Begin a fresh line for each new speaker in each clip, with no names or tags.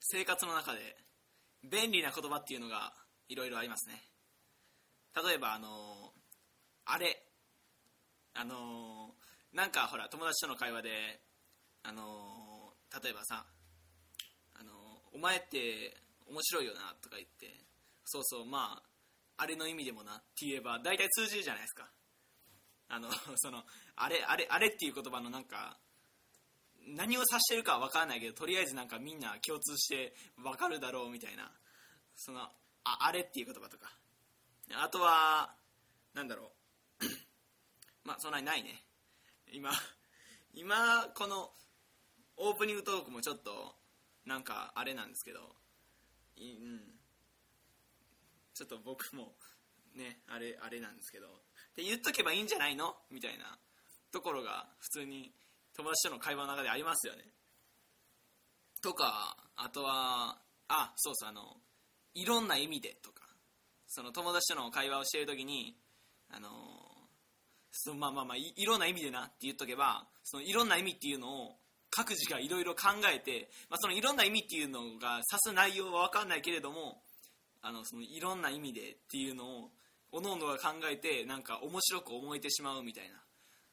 生活の中で便利な言葉っていうのがいろいろありますね例えばあのあれあのなんかほら友達との会話であの例えばさあのお前って面白いよなとか言ってそうそうまああれの意味でもなって言えば大体通じるじゃないですかあのそのあれあれあれっていう言葉のなんか何を指してるかは分からないけどとりあえずなんかみんな共通して分かるだろうみたいなそのああれっていう言葉とかあとはなんだろう まあそんなにないね今今このオープニングトークもちょっとなんかあれなんですけどいうんちょっと僕もねあれあれなんですけどで言っとけばいいんじゃないのみたいなところが普通に友達との会話の中でありますよねとかあとはあそうそうあのいろんな意味でとかその友達との会話をしている時にあのそのまあまあまあいいろんな意味でなって言っとけばそのいろんな意味っていうのを各自がいろいろ考えて、まあ、そのいろんな意味っていうのが指す内容は分かんないけれどもあのそのいろんな意味でっていうのをおのおのが考えてなんか面白く思えてしまうみたいな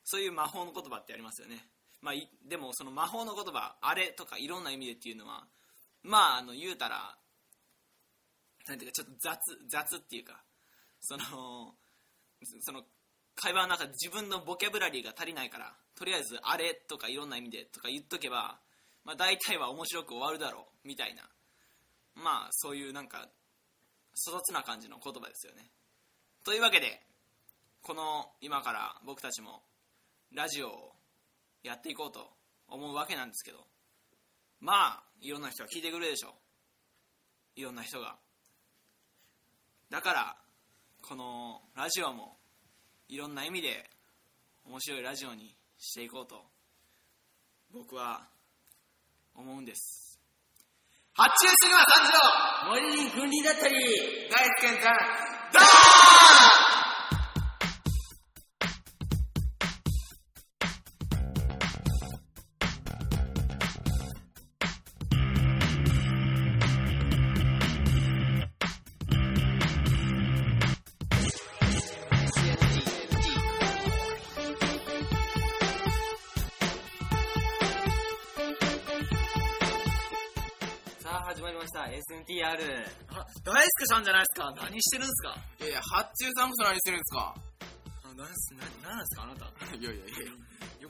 そういう魔法の言葉ってありますよね、まあ、いでもその魔法の言葉あれとかいろんな意味でっていうのはまああの言うたらなんていうかちょっと雑雑っていうかそのその会話の中で自分のボキャブラリーが足りないからとりあえず「あれ」とかいろんな意味でとか言っとけば、まあ、大体は面白く終わるだろうみたいなまあそういうなんか粗雑な感じの言葉ですよねというわけでこの今から僕たちもラジオをやっていこうと思うわけなんですけどまあいろんな人が聞いてくるでしょういろんな人がだからこのラジオもいろんな意味で面白いラジオにしていこうと僕は思うんです発注するは
森に軍理だったり
大輔さんダ
さあ始まりました SNTR
ーン大輔さんじゃないですか何してるんですか
いやいや、発注さんこそ何してるんですか
あ何す何何なんですかあなた
いやいやいや、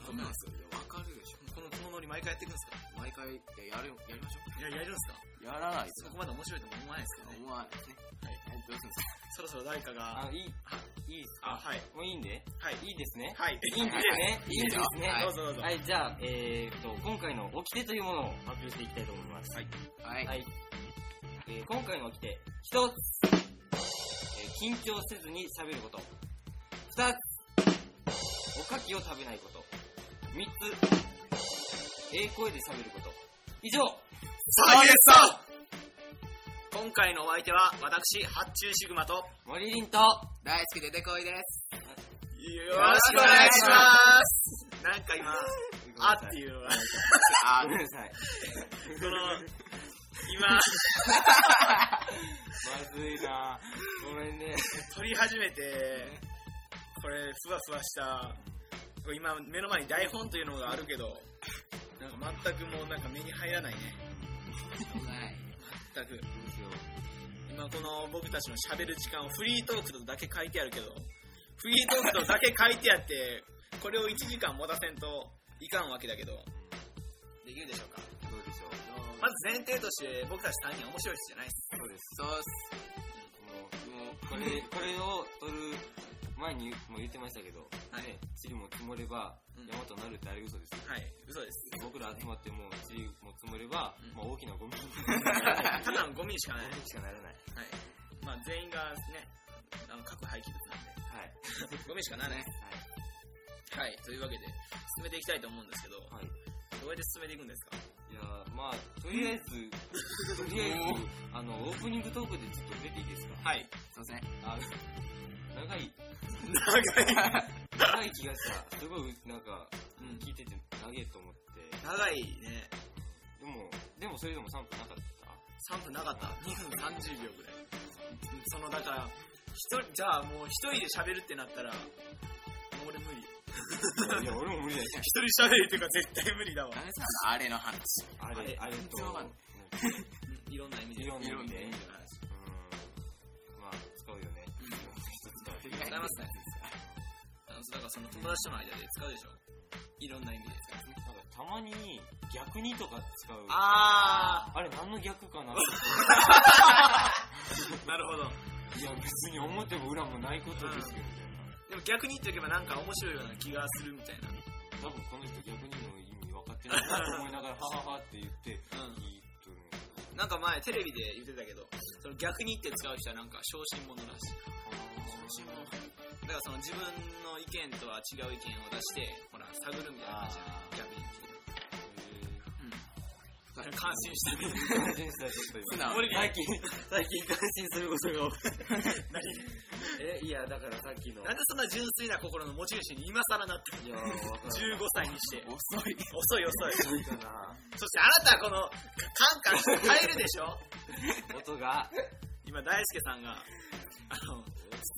よ
こんなんすよ。いや、わかるでしょ。
このこのノリ毎回やっていくんですか
毎回、いや、やるよ、やりましょ
いややるんですか
う。やらないで
そ
すよ。
こまで面白いとも思わないですけどね
思わないですね。はい。どうするんですか
そろそろ誰かが
あいいいいですか
あはい
もういいんで
はい
いいですね
はい
いいんですね
いいですよ
ですね
どうぞどうぞ
はいじゃあえー、っと今回の掟というものを発表していきたいと思いますはい、
はい。
はいえー、今回の掟一つ、えー緊張せずに喋ること二つおかきを食べないこと三つええ声で喋ること以上
サイエスさん今回のお相手は私発注シグマとよ
森凛と
大好きででこいです。
ろ
しくお願いします
なんか今あっていうのがこ
あ
ごめんなさい
の今
まずいなごめんね。
撮り始めてこれふわふわしたこれ今目の前に台本というのがあるけどなんか全くもうなんか目に入らないね
はい。
全く今この僕たちの喋る時間をフリートークとだけ書いてあるけどフリートークとだけ書いてあってこれを1時間持たせんといかんわけだけどできるでしょうか
どうでしょう。
まず前提として僕たち3人は面白い人じゃないです
そうです。
そうっす。
もう、これ、これを撮る前に言うもう言ってましたけど、
はい
ね、塵も積もれば
うん、
山となるってあれ嘘です。
はい嘘です
僕 ら集まっても、塵も積もれば
うん、
まあ大きなゴミに
ただのゴミしかない、はい
しかならない。
まあ、全員がねあの各廃棄物なんで
はい。
ゴミしかならないはいというわけで進めていきたいと思うんですけど
はい。
どうやって進めていくんですか
いやーまあ、とりあえず、とりあえず、あの、オープニングトークでちょっと出ていいですか
はい
そうですね。
あ長い、
長い
長い気がした。すごい、なんか、聞いてて長いと思って。
長いね
でも、でもそれでも3分なかった。
3分なかった2分30秒ぐらいそのだから一人じゃあもう一人で喋るってなったら俺無理
いや、俺も無理だよ。
一人喋るっていうか絶対無理だわ
何ですかあれの話。
あれ、あれと、
そうな
うん
のいろんな意味で
いろんな意味で
いろんな意味で
まあ、使うよね。
うん
一つ使う。
使いますねあのだからその友達との間で使うでしょいろんな意味で使う
なんかたまに逆にとか使う。あ
あ
れ何の逆かな
あなるほど
いや、別に表も裏もないことですけど、ね、
でも逆に言っておけばなんか面白いような気がするみたいな
多分この人逆にの意味分かってないなと思いながら、はははって言って、
う
言っとるの
んなんか前テレビで言ってたけどその逆にって使う人はなんか小心者らしいだからその自分の意見とは違う意見を出してほら探るみたいな感じじゃない逆にっていううん感心したね
感心した、ちょっと今。
俺
最近、最近感心することが多い。 え、いや、だからさっきの。
なんでそんな純粋な心の持ち主に今更なって
いや、わからん
15歳にして
遅い。
遅い遅い
遅いかな。
そしてあなたはこのカンカン変えるでしょ
音が、
今大輔さんがあの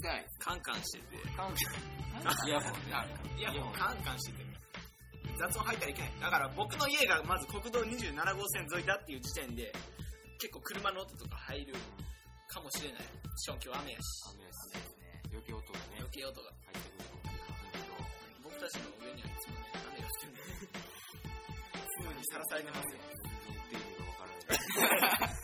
近い。
カンカンしてて
感覚。イヤホンね。
いやもうカンカンしてて雑音入ったらいけないだから僕の家がまず国道27号線沿いだっていう時点で結構車の音とか入るかもしれないしかも今日雨やし
雨やし、余計音がね、
余計音が
入ってくるかもしれないけど。
僕たちの上にはいつもね雨が降ってるんで風にさらされてますよ
言ってる意味がわからない。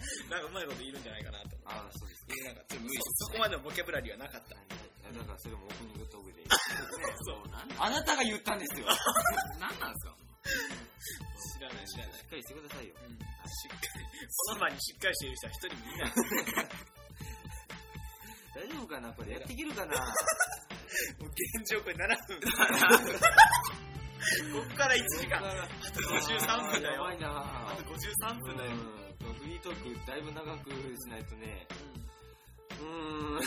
なんかうまいこと言えるんじゃないかなと思って
ああ、そうです。
言えなかったそそこまでのボキャブラリーはなかった
あだからそれもオープニングトーク で。
そうなん
あなたが言ったんですよ。
何なんですか
知らない知らない
しっかりしてくださいよ。
うんしっかりその場にしっかりしている人は一人もいない
大丈夫かなこれやっていけるかな
もう現状これ7分 ここから1時間53分だ
やば
よ
いな
あと53分だよ、
うんフリートークだいぶ長くしないとね。うーん。
普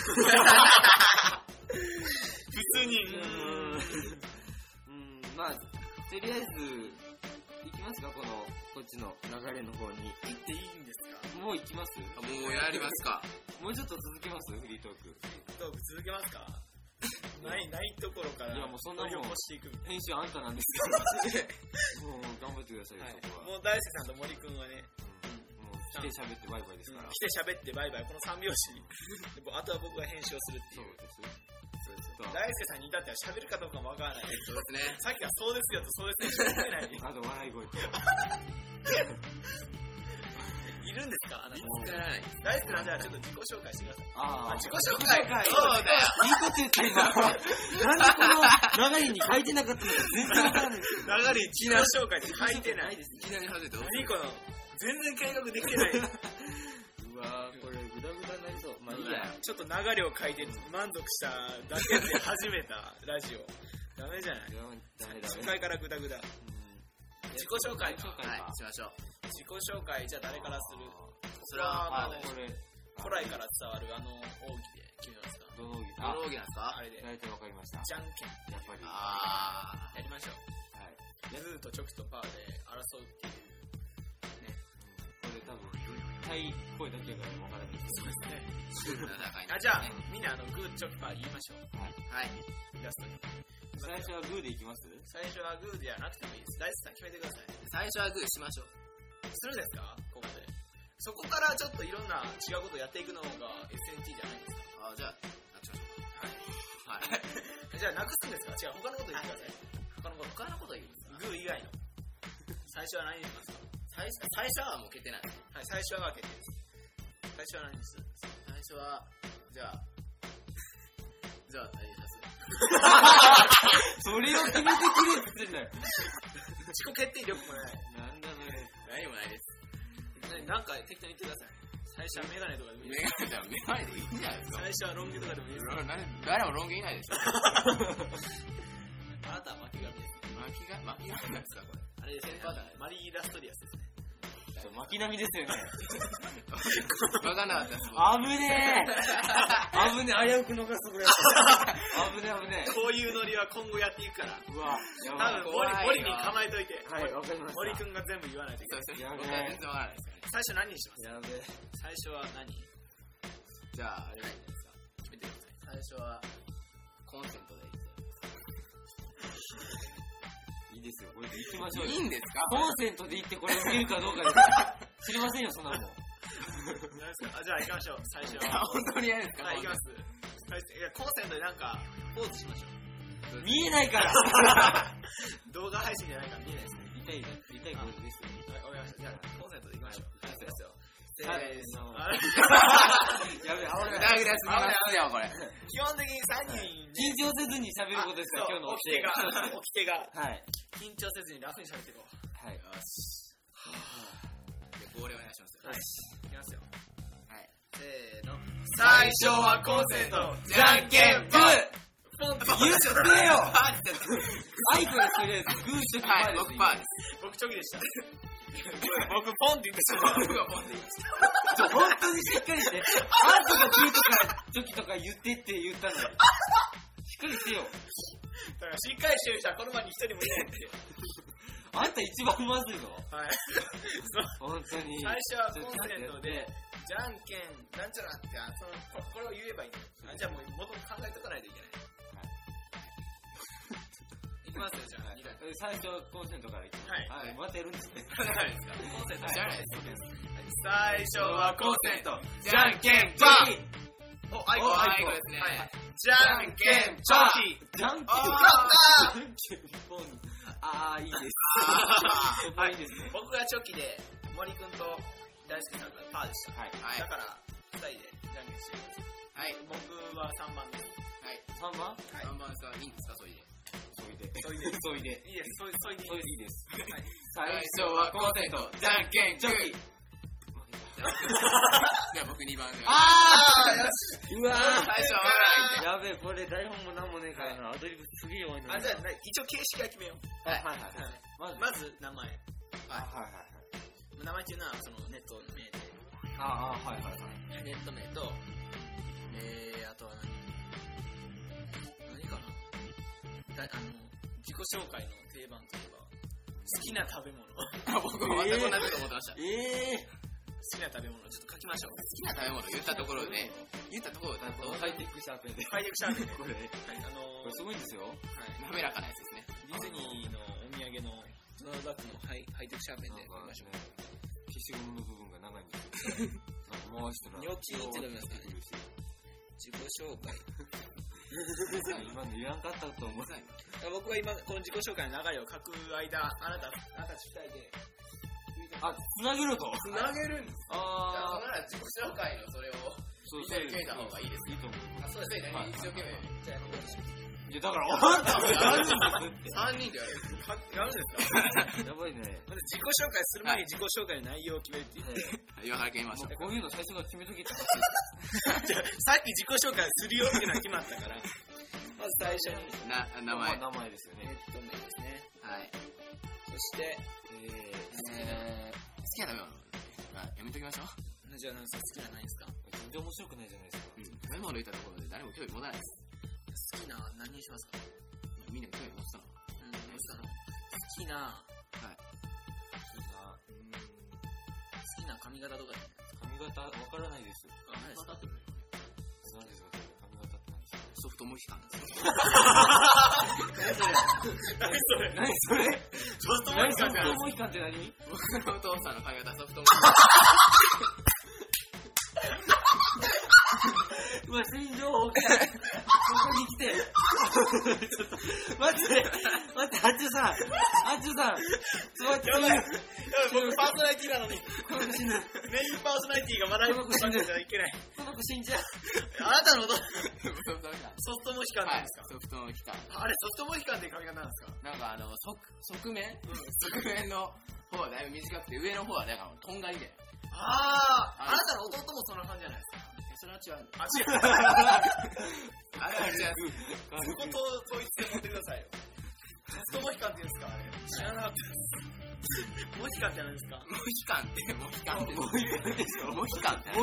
通に
うーん、まあ、とりあえず、行きますかこの、こっちの流れの方に。
行っていいんですか
もう行きます
もうやりますか。
もうちょっと続けますフリートーク。
トーク続けますかないないところから
いやもうそんなもん
取り起こしていくみたい
編集あんたなんです けど。もう頑張ってくださいよ
な、、
そこは。
もう大輔さんと森君はね、
うんもう来て喋ってバイバイですから。
来て喋ってバイバイこの三拍子 にであとは僕が編集をするって
そ
いうう
です。そうです。
大輔さんに至っては喋るかどうかもわからない
そうですね。
さっきはそうですよとそうですよって 言ってない
あと笑い声と。
いるんですかあなた
見つからない。
大輔さんじゃあちょっと自己紹介してください
ああ。
自己紹介
自己
そうだよ
いいこと言った今。なんでこの流れに書いてなかったのか全然わからない。
流れ一自己紹介に書いてない
いきなり外れて遅い。
何この全然計画できてない
うわーこれグダグダになりそう。まあいいや。
ちょっと流れを変えて満足しただけで始めたラジオダメじゃない
いやダメダ
初
メ。
回からグダグダ
うん
自己紹介
自己紹介
はい
か。、
しましょう。
自己紹介じゃあ誰からする
それは、
あ
あの
ー、これ。
古来から伝わるあの奥義で決めますか
どの
ドロ
あ、
ーゲなんです
あ
か
れで
大体わかりました。
じゃんけん
やっぱり。は
あ
やりましょ
い。
うグーと直とパーで争うっていう
これ多分、対声だけがわからないです。
そうですね
ー。戦い に
あじゃあみんなあのグーチョキパー言いましょ
はい。
うイラストに
最初はグーでいきます
最初はグーじゃなくてもいいです大輔さん決めてください
最初はグーしましょう。
するんですかここでそこからちょっといろんな違うことをやっていくのが SNT じゃないですか
あじゃあ、なくしましょう。はい。
じゃあなくすんですか違う他のこと言ってください他のこと
他のこと言うんですか
グー以外の最初は何にしますか
最初最初はもうけてない。
はい最初は分けて最初は何にする
最初は、じゃあ、じゃあ、何にします
それを決めてくれって言ってんだよ。
自己決定力もない
なんだそれ。
何もないです。
何か適当に言ってください最初はメガネとかでもいい
メ
です
ガネじゃメガネでいいんじゃないですか
最初はロン毛とかでもいいです
ロ誰もロン毛いないでしょ。
あなたは巻き髪です
巻きが、巻きがなんですか、これ。
あれですね
そうだね
マリー・ラストリアスですね
ちょっと巻き波ですよね。
バカなかったです僕
危ねえ危ねえ危うく逃すぐらい。危ねえ危ね
こういうノリは今後やっていくから
え。うわ、やばい
多分
怖いわ
森森に構えといて、
はい、わかりま
森
した。
君が全部言わないといけ
そ
ない
うですね
やべえ
僕は全然わからないです
最初何にします
やべえ。
最初は何
じゃああれなんですか決めてください最初はコンセントでい
いいですよ、これで行きましょう
い
よ
い。んですか
コンセントで行ってこれを見るかどうかです。知りませんよ、そんなのもん。
あじゃあ行きましょう最初
あ
は
本当に嫌ですか
はい行きますはいいやコンセントでなんかポーズしましょ
見えないから
う動画配信じゃないから見えないですね
痛い、痛いこれですよ。
はいわかりましたじゃあコンセントで行きましょうはいですよ
正解です
あれ
やべえ、
危ない
危ない。
危ない危ないよこれ
基本的に3人
緊張せずに喋ることですから、今日の
起きてが起きてが
はい。
緊張せずに楽に喋っていこう
はい。
よし号令お願いします
はい行きますよ
はい
せーの
最初はコンセントじゃんけんぽん
ポンと
言ってよ
パーです
アイコですとりあえず、グーして
はい僕パーです
僕チョキでした僕ポンって言ってしまう
僕がポンでいいです
ちょ、本当にしっかりして。あんたがグーとか、チョキとか言ってって言ったのに。しっかりしてよ。
だからしっかりしてる人はこの場に一人もいないって
あんた一番まずいぞ。
はい
本当に。
最初は
ちょ
コンセントで
ちょっと待って
じゃんけんなんちゃらってあそのここれを言えばいいのあじゃあもう元々考えとかないといけないいきますよじゃあ2回
え最初はコンセントからいきます。
はい
はい。またやるんですね。
じゃないですかコンセント
じゃ ない
です最初はコンセント
じゃんけんぽん
おアイコ
お
ア
アイ
イコ
コ
で
ですす
ね
ね
じゃんけんチョキ
じゃんけんぽん。
あ
じゃんけんぽん。あー、いいです。そこいいですね。
僕がチョキで森君と大輔さんがパーでした
はい。
はい
だから2人でじゃんけんしてください
はい
僕は3番です
はい
三番
はい
3番さんいいんですかそれで
そいで。
そいで
そいで。
いいですそいそいでいい
そい
で
でいいです。
すはい
最
最初はコンセントじゃんけんチ
ジョ
ョ
キ
キじゃあ僕2番で
あーうわ
最初は
ーやべえ、これ台本もなんもねえからな。アドリブすげえ多いの
あ
に
じゃあな一応形式は決めよう
はいはいはい。まず、
まず名前
はいはいはい。
名前っていうのはそのネットの名で
ああ、はいはいはい。
ネット名とえー、あとは何何かなだあの自己紹介の定番といえば好きな食べ物好
あ僕も全く同じこと思ってました好
ええ
きな食べ物ちょっと書きましょう
きな食べ物言ったところでね言ったところだ
なんか
と
ハイテクシャーペンで。
ハイテクシャーメンで
これ、
はいあの
これすごいんですよ。
はい
滑らかなやつですね
ディズニーのお土産のドナルドダックのハイハイテクシャーペンで書きましょう
消しゴムの部分が長いんですよ。 なんか回したら。
ニョキーって伸びますからね自己紹介
今の言わんかったと思う。
僕は今この自己紹介の流れを書く間あなたあなた主体で
あ、つなげると
つなげるんです
じゃあそ
あー、
なら自己紹介のそれを
そう
一緒に決めた方がいいです
いいと思う。
あそうですね
はい
一生懸命
じゃあ
いや、だから、あんたやるんです
3人でや
やる
る
んですか
って。やばいね。
まず自己紹介する前に自己紹介の内容を決めるっていう、
岩原君言いま
もうこういうの最初から決めとけって話
さっき自己紹介するよっていうのは決まったからまず最初に
な名前
まあ名前ですよ
ネ
ね。
ット名ですね
はい
そして、
え
えー好きな食べ物まあやめときましょう
じゃあ何ですか好きな何ですか
ー、全然面白くないじゃないです
食べ
か。
物言ったところで誰も興味持たないです
好きな何にしますか
みんな興味持ってたの
うんどうしたの好きな
そんな、う
好きな髪型とかじ
ーん、髪型わからないです。
ゃないですか
何ですか、髪型って何ですか
ソフトモヒカンです
何それ
何それ
ちょっと
何
待
ソ
っ
フ
て
トモヒカンって何
僕のお父さんの髪型ソフトモヒ
うわ、新情報か。ここに来て。待って、待って、ハッチュさん。ハッチュさん。ちょっと待って、
僕パーソナリティなのに
この子死ぬ。
メインパーソナリティがまだ
この子死ぬ。
いけない
この子死んじゃう。
あなたのど
カンソフトモヒカン
ソフトモヒカンなんですか、
ソフトモ
あれソフトモヒ
ヒカン
カンって髪型なんですか
なんかあの側側面側面の方はだいぶ短くて上の方はなんかとんがりみたい
あああ
ー
なたの弟もそんな感じじゃないですか
なそれは違う
あ違う
あれは 違う
そこと統一性持ってくださいよソフトモヒカンって言うんですかあれ知らなかったですモヒカンってあるんですか
モヒカンって、モヒカンって。
モヒカンでしょ
モヒカン って。
モ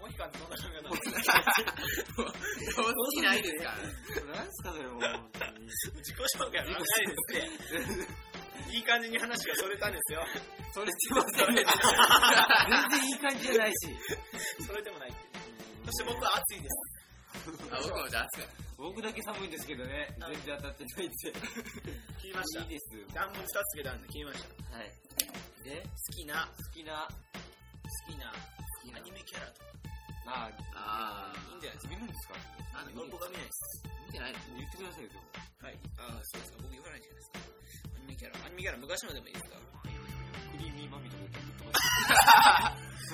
モヒカンってどんな髪型
モヒカン。どうしないですか
何すかそれもう本当に
自己紹介は長いです ね。いい感じに話がそれたん ですよ。
それしてませんね全然いい感じじゃないし
それでもないって。そして僕は暑いです。
あ、僕もじゃあ、暑く
僕だけ寒いんですけどね全然当たってないんで
切りました
いい。ですよ
暖房2つけたんで切りました。好
はいで
きな、
好きな
好きな、アニメキャラとか。
まあ
あ
いいんじゃないです
見るんですか
か。あの、僕が見ないです。
ー、見てないの
言ってくださいよ
はい。ああ、そうですか。僕言わないじゃないですか。アニメキャラ。アニメキャラ昔のでもいいですか
クリーミーマミとか言ってま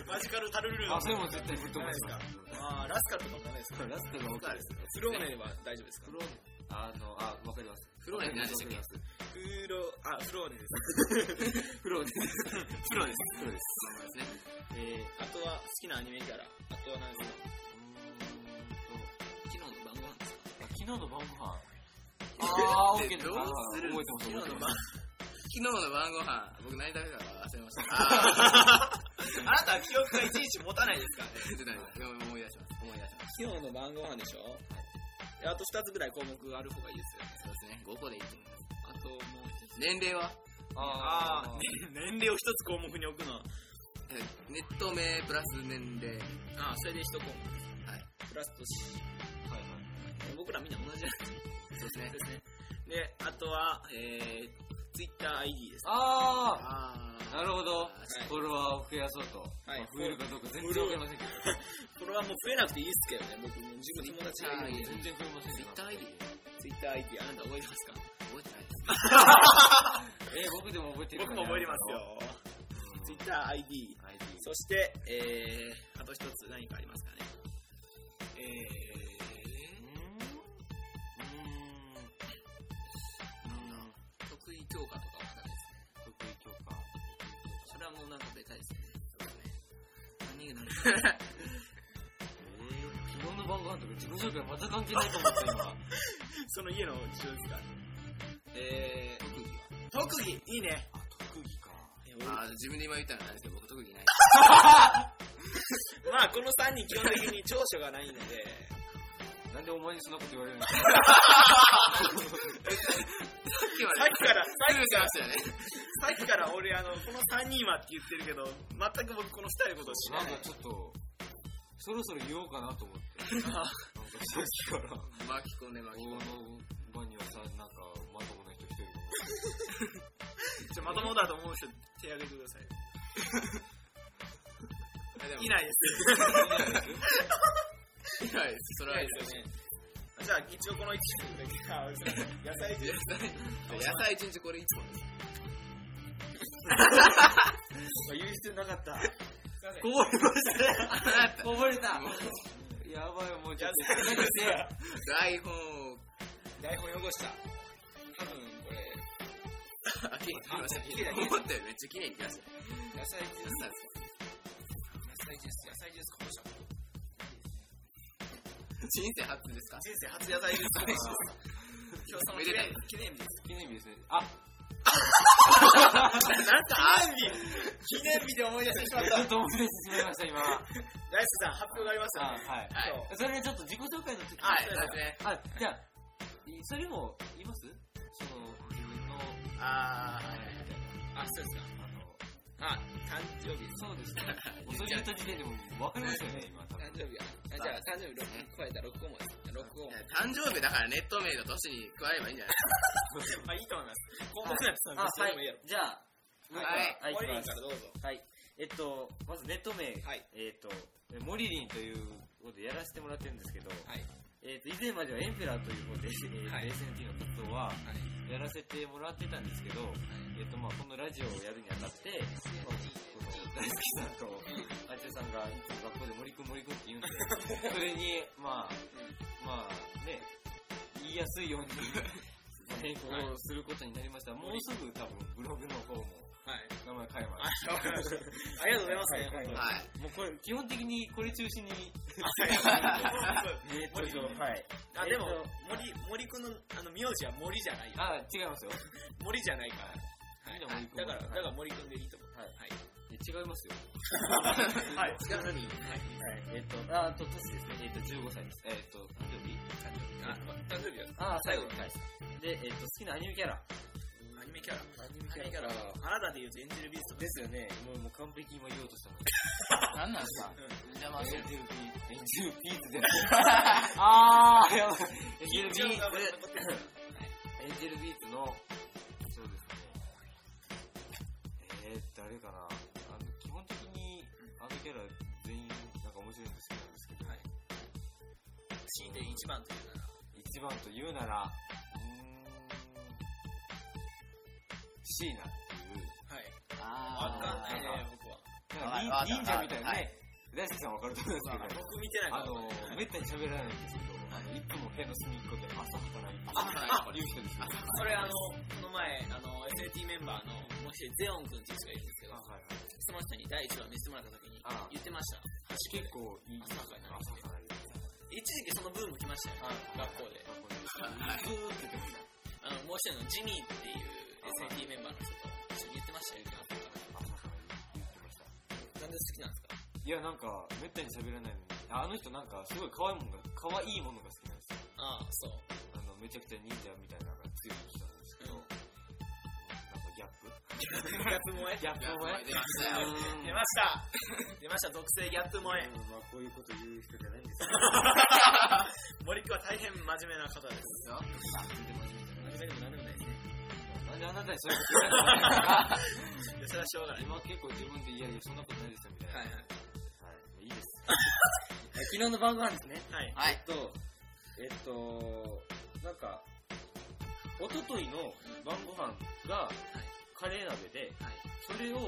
マジカルタルルル
すあそれも絶対ぶっ飛ば
ないです
すか
か。ああ、ラスカルとかもダメですか
ラストが分かる
フローネは大丈夫ですか
フローネあのあ分かります
フローネって何でしたっ
フロ、あ、フローネです。
フローネです
プロです。
フローで
そ
す
うですね。
えー
あとは好きなアニメキャラ。あとは何ですか
うーんと
昨日の晩ご飯ですか
昨日の晩ご飯あ
え
ー、OK の
どうす
昨
る
覚えてます、覚え
日
て
の
ま
晩
す。
昨日の晩ご飯、僕何食べたか忘れました。
あなたは記憶がいちいち持たないですからね。
出てないです。思い出します。思い出します。
昨日の晩ご飯でしょであと2つぐらい項目がある方がいいですよね。
そうですね。5個でいいと思います。
あともう一つ。
年齢は
あ
ー
あ、年齢を1つ項目に置くの。
えネット名プラス年齢。
ああ、それで1項目。
はい。
プラス年。
はい
僕らみんな同じなん
そうですね
で。すね。で、あとは、えー、TwitterID です。
はいあ
あ
ー、なるほど。
はい
フォロワーを増やそうと。
はい
まあ増えるかどうか全然わかりませんけど。
これはもう増えなくていいですけどね。僕も自分友達がいるんで。
全然増えませんけど。
Twitter ID
TwitterID、あなた覚えてますか
覚えてないで
えー、僕でも覚えてる
僕も覚えてます よ。
よ。
TwitterID。
はい
そして、えー、あと一つ何かありますかね。え
うーん。うーん。なんだ
す。得意教科とかわかんないです。
得意教科。
それはもうなんかベタですね。
ー、何が何
えー、昨日の晩ご飯とか自己紹介また関係ないと思った今。
その家の事情ですかえ
特技は
ー、特技いいね。
あ、特技か。
あー、自分で今言ったのはなんですけど、僕特技ない。
まあ、この3人基本的に長所がないので、
なんでお前にそんなこと言われるの
さ
さっきは
っきから、
すぐ出ましたよね。
さっきから俺、あの、この3人はって言ってるけど、全く僕この2人のことを知ら
なん
ない
か。ちょっと、そろそろ言おうかなと思って。なんかさっきから、
巻き込んで巻
大
き込ん
の
で。
場にはさ、なんかまともな人一
じ
人も。
ゃあまともだと思う人、手挙げてください。
あでも
いないです。
いないです。それはいい
ない
です。
よね。じゃあ、一応この1分だけ、あ、嘘野菜ジュース
野菜一日これ一本です。
言う必要なかった。すいません。
こぼれました
あなた
こぼれたやばい、もうちょっ
野
と。
菜ジュースは
台本を
台本汚した。多分これ、
開けに来ました。
綺麗
思ったよりめっちゃ綺麗に来ま
野
した。
菜ジュー
やっ
ス、
たんですよ
野菜ジュース、野菜ジュースこぼした。
人生初ですか
人生初野菜ジュースこぼした。今日その記念記念日です。
記念日ですね。あ、
なんか記念日記念日で思い出してしまっ
ち
た。
ょっと思い出してしまいました、今。
大輔さん、発表がありました
あ
ね。
はい。
はい
今日
それちょっと自己紹介の時
はい、
そ
そう
です
うですね。
あ、じゃあ、いそれも言いますその、自分の、
あ
はい、みたい
ー、あ、そうですか。
な。あの、
あ、誕生日です。
そうですね。もうそれ言った時点でもう分かりましたよね、今。多分
誕生日は。あじゃあ、誕生日6個加えたら6個もです。6個
いや誕生日だからネット名と年に加えればいいんじゃない
まあいいと思います。項目なんて
あ、
そ
は
れもいいやろ
い。。じゃあ、もう一
は
回
い。
はい、
オリ
いき
リ
ま
ンから
す。
どうぞ。
はい。えっと、まずネット名、
はい
えっと、モリリンということでやらせてもらってるんですけど、
はい。
えっと、以前まではエンペラーという方で、えー
はい
SNT の活動は
はい。
やらせてもらってたんですけど、えっと、まあこのラジオをやるにあたって、まあこの大好きさんと、あいちさんがいつも学校で森くん森くんって言うんです けど、それに、まあ、まあね、言いやすいようにまあ変更をすることになりました。もうすぐ多分ブログの方も
はい。
名前変えます。
ありがとうございますね。
はい
ですか。はい。
もうこれ、基本的にこれ中心に、えっと
森くん
はい。
あ、でも
えっと、
森、森くんの、あの、名字は森じゃないよ。
あ、違いますよ。
森じゃないから。
えじゃあ
は
森
いだ
君
からだ
は
か
い
ら森君でいいと思う
はい
はい
え違いますよ。
はい。はい。
力に。
えっと、ああと、年ですね。えっと、15歳です。えっと、誕生日
あ誕生日だ
ああ、最後の回です。で、えっと、好きなアニメキャラ。
アニメキャラ
アニメ
キャラあなたで言うとエンジェルビースト
ですよね。もう、もう完璧に今言おうとしたのに。
なんなんすか邪魔してる。
エンジェルビーズです。ああ、やばい。エンジェルビーズ。エンジェルビーズの、そうですね。えー、誰かな。あの、基本的に、あのキャラ全員、なんか面白いの好きなんですけど、
はい強いて一番というなら
一番と言うなら、うーん、シーナっていう、
はいわ
あ
かんない
あ
ね僕は
なんか
はい
忍者みたいな
は
ね、大好きさんわかると思うんですけど、
僕見てないか
あ
ら
の、めったに喋らないんですけど、あの、一分も部屋の隅っこで朝働いて、
朝働
いて、言う人ですよ。
それあのこの前あの SAT メンバーのもう一人ゼオン君っていう人がいるんですけど
あはいはい
その人に第一話見せてもらった時に
あ
言ってました
結構いい
朝働いて
朝働いて
一時期そのブーム来ましたよ学校で
学校でずーっと言ってました
あのもう一人のジミーっていう SAT メンバーの人と一緒に言ってましたよ言ってました
朝働いて言ってました
なんで好きなんですか
いやなんかめったに喋らないのにああの人なんかすごい可愛いものが可愛いものが好きなんですよ
ああそう
あのめちゃくちゃ忍者みたいなのが強い人なんですけど、
うん
なんかギャッ
ギ
プ
ャップ萌え
ギャップ萌え
出ましたよ。
出ました出ました属性ギャップ萌え
うんまあこういうこと言う人じゃないんですけど
森君は大変真面目な方です
そう
真面目でも何でもないですね
なんであなたにそういうこと言われたんですか
いやそれはしょうがない
今結構自分でいやいやそんなことないですよみたいな、
はい
はい
はい
い、いいです昨日の晩ご飯ですね
はい
はい
えっ。と、えっと、なんか、おとといの晩ご飯がカレー鍋で、
はい
それを、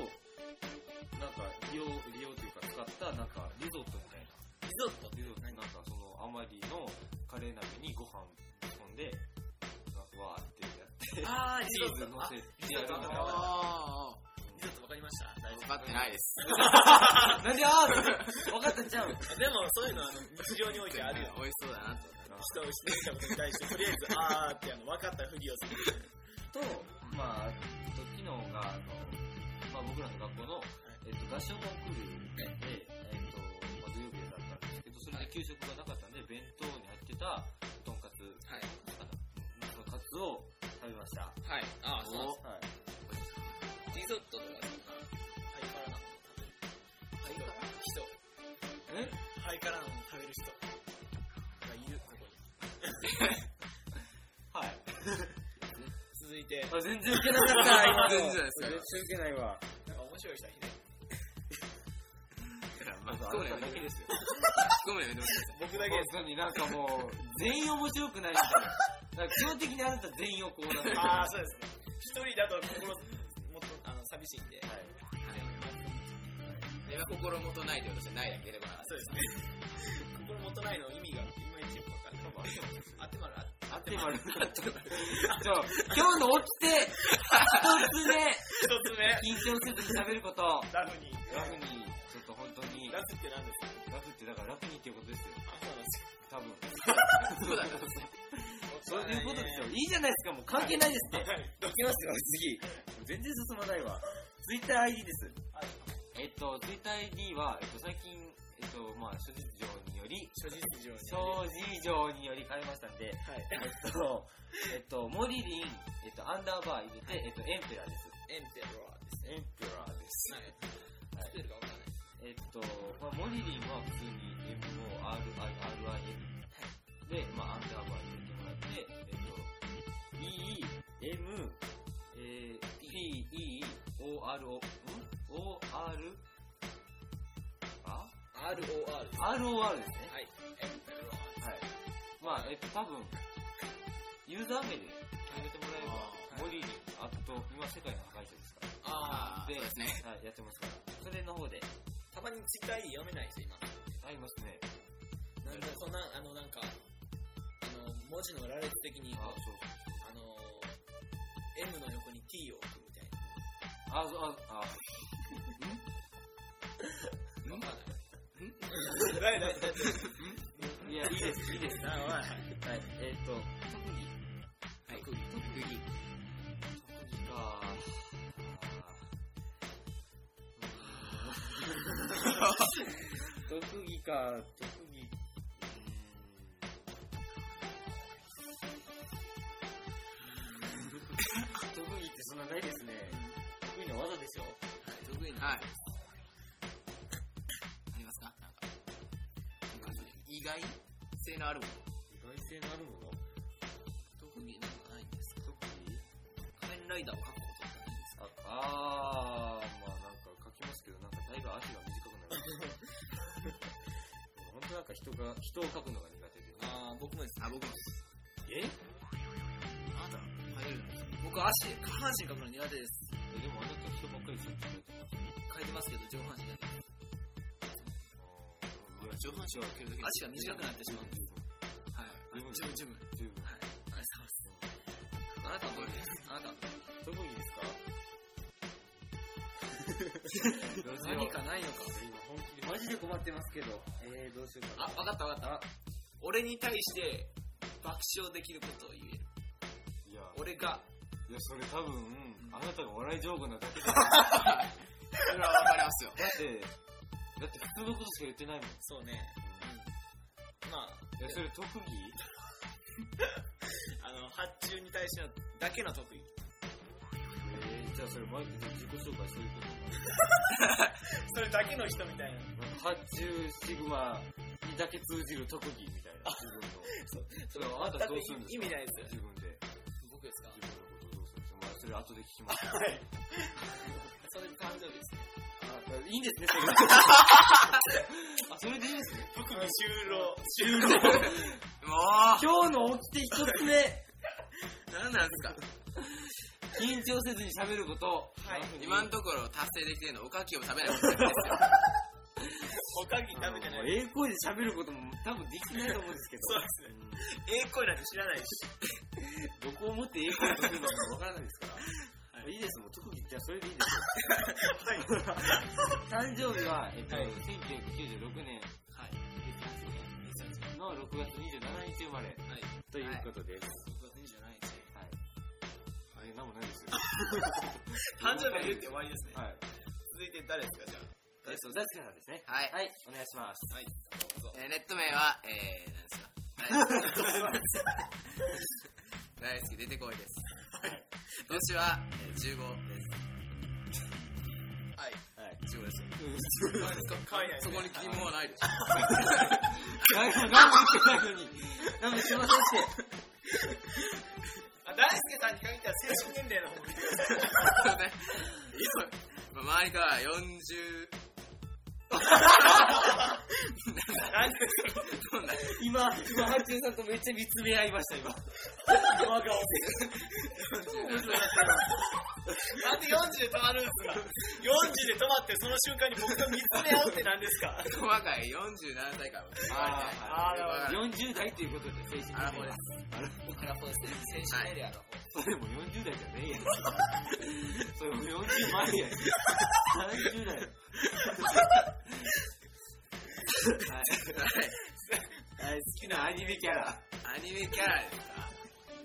なんか、利用、利用というか使った、なんか、リゾットみたいな。
リゾット
リゾット、なんか、その、あまりのカレー鍋にご飯ぶち込んで、なんか、わーってやって、
ああリ
チーズ乗せてやるの
あ
あ
が、
リゾットわかりました大丈
ー。分かってないです。
なんであ ー分かったんちゃう
夫でもそういうのはあの日常においてあるよ
美味しそうだなと。
人を失ったことに対してとりあえずあーってあの分かったふりをする
と、まあ、あと昨日が、あの、まあ、僕らの学校の、えっと、合唱コンクールで、えっと、まあ、土曜日だったんですけど、それで給食がなかったんで、弁当に入ってた、とんかつ、
はい
かなうんとんかつを食べました。は
はいああそうなんで
い。
すリゾットとかそんなハイカラなもの食べるハイカラな人ハイカラ
え
なもの食べる人がいるここに
はい。
続いて
あ、全然いけなかった、今 の。
全然ですよ
全然いけないわ。
なんか面白い人はいない
まあ、
あ
聞こえな
な
い
ただけですよ。
聞こえないでも
僕だけ
本当になんかもう、全員面白くないし、なんか基本的にあなた全員をこうなんか、
ああそうですね一人だと心もっとあの寂しいんで
はい。
それは心もとないということじゃないだければ。
そうですね心もとないの意味がいまいちよくわかんないあってまるあって
あってまる。 そう、今日の起きて、 一つ目、
一つ目
緊張せずに喋ること。
ラフに
ラフに、ちょっと本当に、
ラ
ラ
フって何ですか
フってだから楽にっていうことですよ。
あそうなんですよ
多分。
そうだね
そういうことですよ。いいじゃないですか、もう関係ないですって。
はい
いきますよ、次。全然進まないわ。ツイッター ID です。えっと、ツイッター ID は、えっと、最近、えっと、まあ、諸事情により、
諸事情に
諸事情により変えましたんで、
はい
えっと、えっと、モリリン、えっと、アンダーバー入れて、えっと、エンペラーです。
エンテロアです
エンペラーです。
はい
はい
スペルがわからないです
えっと、まあ、モリリンは普通に MORIRIN で、まあ、アンダーバー入れてもらって、えっと、E、M、えー、P、E、O、R、O、ん ?O、R? あ
ROR です
?ROR ですね。
はいエンテロア
はい。まあ、えっと、多分、ユーザー名で入れてもらえば、モリリン、あと、今世界の破壊者ですか
あ
そうですね。
ら。はい、やってますから。それの方で、
ーたまにツイッター ID 読めない人います
ありますね。
なんでそんなあのなんかあの文字の羅列的に
あ、そう
あのー、M の横に T を置くみたいな。
あ、そう、あ、あ、
わかんない。ないない。
いや、いいです、いいです。はい、えっ、と、特技
特技。
特技か、特技か、特技。特技ってそんなないですね。得意な技でしょ
得意な
は
あ
い。
りますかなんか
なんか意外性のあるもの。
意外性のあるもの
特技なんかないんですか
特技
仮面ライダーを描くことってないんですか
ああー、まあなんか書きますけど、なんかだいぶ足が短くなる。でも本当なんか人が、人を書くのが苦手で。
ああ僕もです
あ、僕もです。
え
あなた描けるんです僕は足下半身描くの苦手です
えでもあなた人ばっかりずっと書いてま
描いてます
す。
けど上半身だけ
俺上半身は受けるだけ
足が短くなってしまうんですはい
うん
ジムジム
十分。
はいありがとうございますあなたはどうですあなたは
特技ですか
何かないのか
今本気でマジで困ってますけど。えー、どうしようか
あ分
な。
かった分かった
あ
俺に対して爆笑できることを言える
いや、
俺 が
いや、それ多分、あなたが笑い上手なだけだ。
それはわかりますよ。
だって、だって普通のことしか言ってないもん。
そうねまあ
いや、それ特技
あの発注に対してのだけの特技
えー、じゃあそれマイクで自己紹介するけど。
それだけの人みたいな
発注シグマにだけ通じる特技みたいな。自分の。それはあなたどうするんですか
意味ないですよ
自分で。
僕ですか
自分のことどうするんですかまあ、それ後で聞きます。
それ誕生日です
あいいんですね、それ。あ、それでいいんですね。
僕の就労就労も
今日の起きて一つ目。
う何なんですか
緊張せずに喋ること。
はい
今のところ達成できてるのはおかきを食べないことだけです
お
よ。
かき食
あ
べ
の
て
も
な
う
い
ええ声で喋ることも多分できないと思うんですけど。
そうですええ声なんて知らないし
うんどこを持ってええ声とするのかわからないですから。
はい
い、いです、もう特技じゃあそれでいいですよ。誕生日は、えっと、
はい
1996年
はい
の6月27日生まれ
はい
ということです。
僕は全じゃないです
はい。はい、なんもないですよ。
誕生日は言って終わりですね
はい。
続いて誰ですかじゃ
えっと、ザチカさんですね。
はい。
はい、お願いします。
あはいどうぞ
えーネット名は、えー、なんですか。 大好き、出てこいです。年は、えー、15です。はい。
はい。
15です。
かいない
そこに疑問はないでし
何も何も言ってないのに。なんもしませんして。
あ大輔さんに限ったら精神年齢の方で
ょ。ね まあ周りから40、
何ですか
そんな、
今、今、ハチュさんとめっちゃ見つめ合いました、今。
我がなんで40で止まるんですか ?40 で止まってその瞬間に僕と見つめ合うって何ですか
細かい47歳からも言われて
あー
ない。あ
40代ということで、精神
アラフォーです。
アラフォーです
精神
年齢アラフォー
それも40代じゃ ねえやん。それも40前やん。30代はい。はい、好きなアニメキャラ。
アニメキャラですかい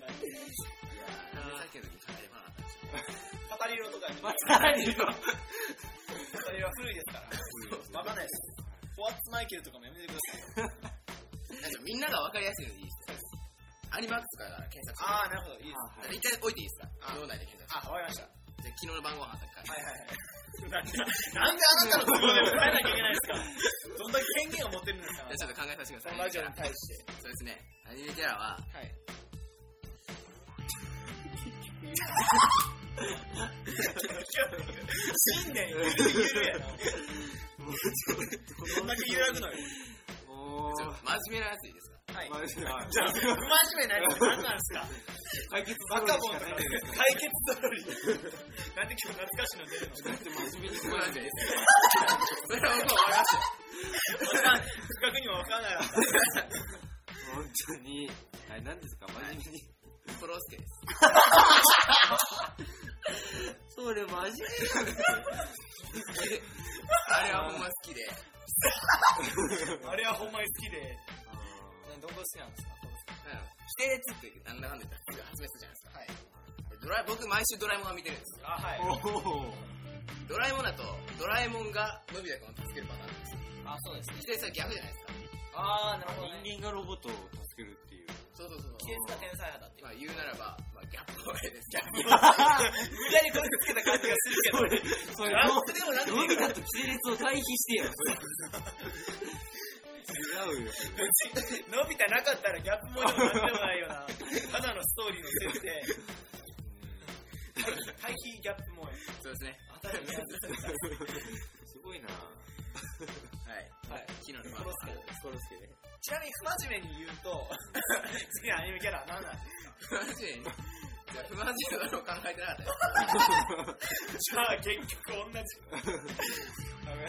や
ー
ー、さっきの時帰ればなかったです
パタリロとかに
まさに。
パタリロは古いですからわかんないですフォワッツマイケルとかもやめてください
大丈夫みんなが分かりやすいのでいいです。アニマックスから検索して。
あなるほどいいで
あ一回置いていいですか脳内で検索して。
あわかりました
じゃあ昨日の晩ご飯だけ
はいはいはいなんであなたのところで答えなきゃいけないんですかどんだけ権限を持ってるんですか
じゃあちょっと考えさせて
こ
ください。
のラジオ
ア
に
ニメキャ
対して
ラそうですね。アニメキャラは、
はい信念揺るやなどんだけ揺らぐのよ
お
ちょ
ー
っ。と真面目なやついいですか
はい
まあじゃあ
じゃあ、不真面目なやつ何なんですか
解決
バ
バ
カ
カ
ボ
ボ
ン
ン
とか
とか
解
ね。
決ドロリなんで今日懐かしいの出るの
真面目に
そうなんじゃないですかそれはもう終わりました。
わかん不覚にもわかんないわ
本当に。はい、何ですか真面目に。
コロスケです。
それ真面
あれはほんま好きで、
あれはほんまに好きで
目。
どこ好きなんですか
なんか規定列ってなんだかんだ言ったら発明するじゃないですか。はい。ドラえ僕毎週ドラえもんは見てるんですよ。
あはい
おー。
ドラえもんだと、ドドラえもんがのび太くんを助けるパターンです。
あ、そうですね。
季節は逆じゃないですか。
あー、なるほどね。
人間がロボットを助けるっていう。
そうそうそうそう。
季節が天才派だっていう。
まあ言うならば、まあギャップ萌えです。ギャップ萌
無理やりこれつけた感じがするけど。
それ
え。あ、それでもなんでもい
伸
い
び
か
たと亀裂を回避してよ。違うよ。
伸びたなかったらギャップもなんでもないよな。ただのストーリーのせいで。対比ギャップも
そうですね。
当たり前です。
すごいな
はい。
はい。
木の
コロスケ
ま
です。コロスケで。ちなみに不真面目に言うと、次のアニメキャラは何なんですか
不安定に。じゃあ不安定なのを考えてなかったです。
じゃあ結局同じ。ダメ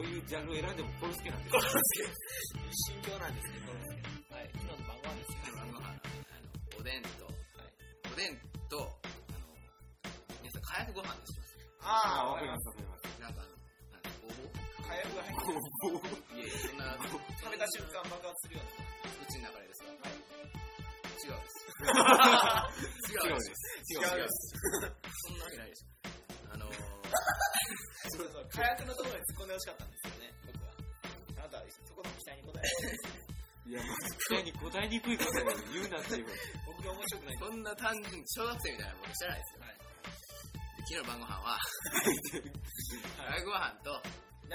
結局、どういうジャンルを選んでもコロスケな んです
コロスケ。心境なんですね、コロスケ。はい。昨日の晩ご飯ですよ。
あの、あのおでんと、おでんと、あの、皆さん、火薬ご飯にします。
あ、
あ
わかります、わかります。
なんかあの、なんかごぼう
ー、火薬が入ってる
いやいや、そんな、
食べた瞬間爆発するような。
うちの流れですか
はい
違うです。
違
違
う
う
で。
ですす。違うです。そんなわけないでしょ。あのー、
そうそう、火薬のところに突っ込んでほしかったんですよね、僕は。あなたはそこの期待に応えて、
いや、まあ、絶対に答えにくいことを言うなっていうこと。
僕が面白くないと。
そんな単純、小学生みたいなことしてないですよ。
はい
で昨日の晩ご飯は、火薬ご飯と、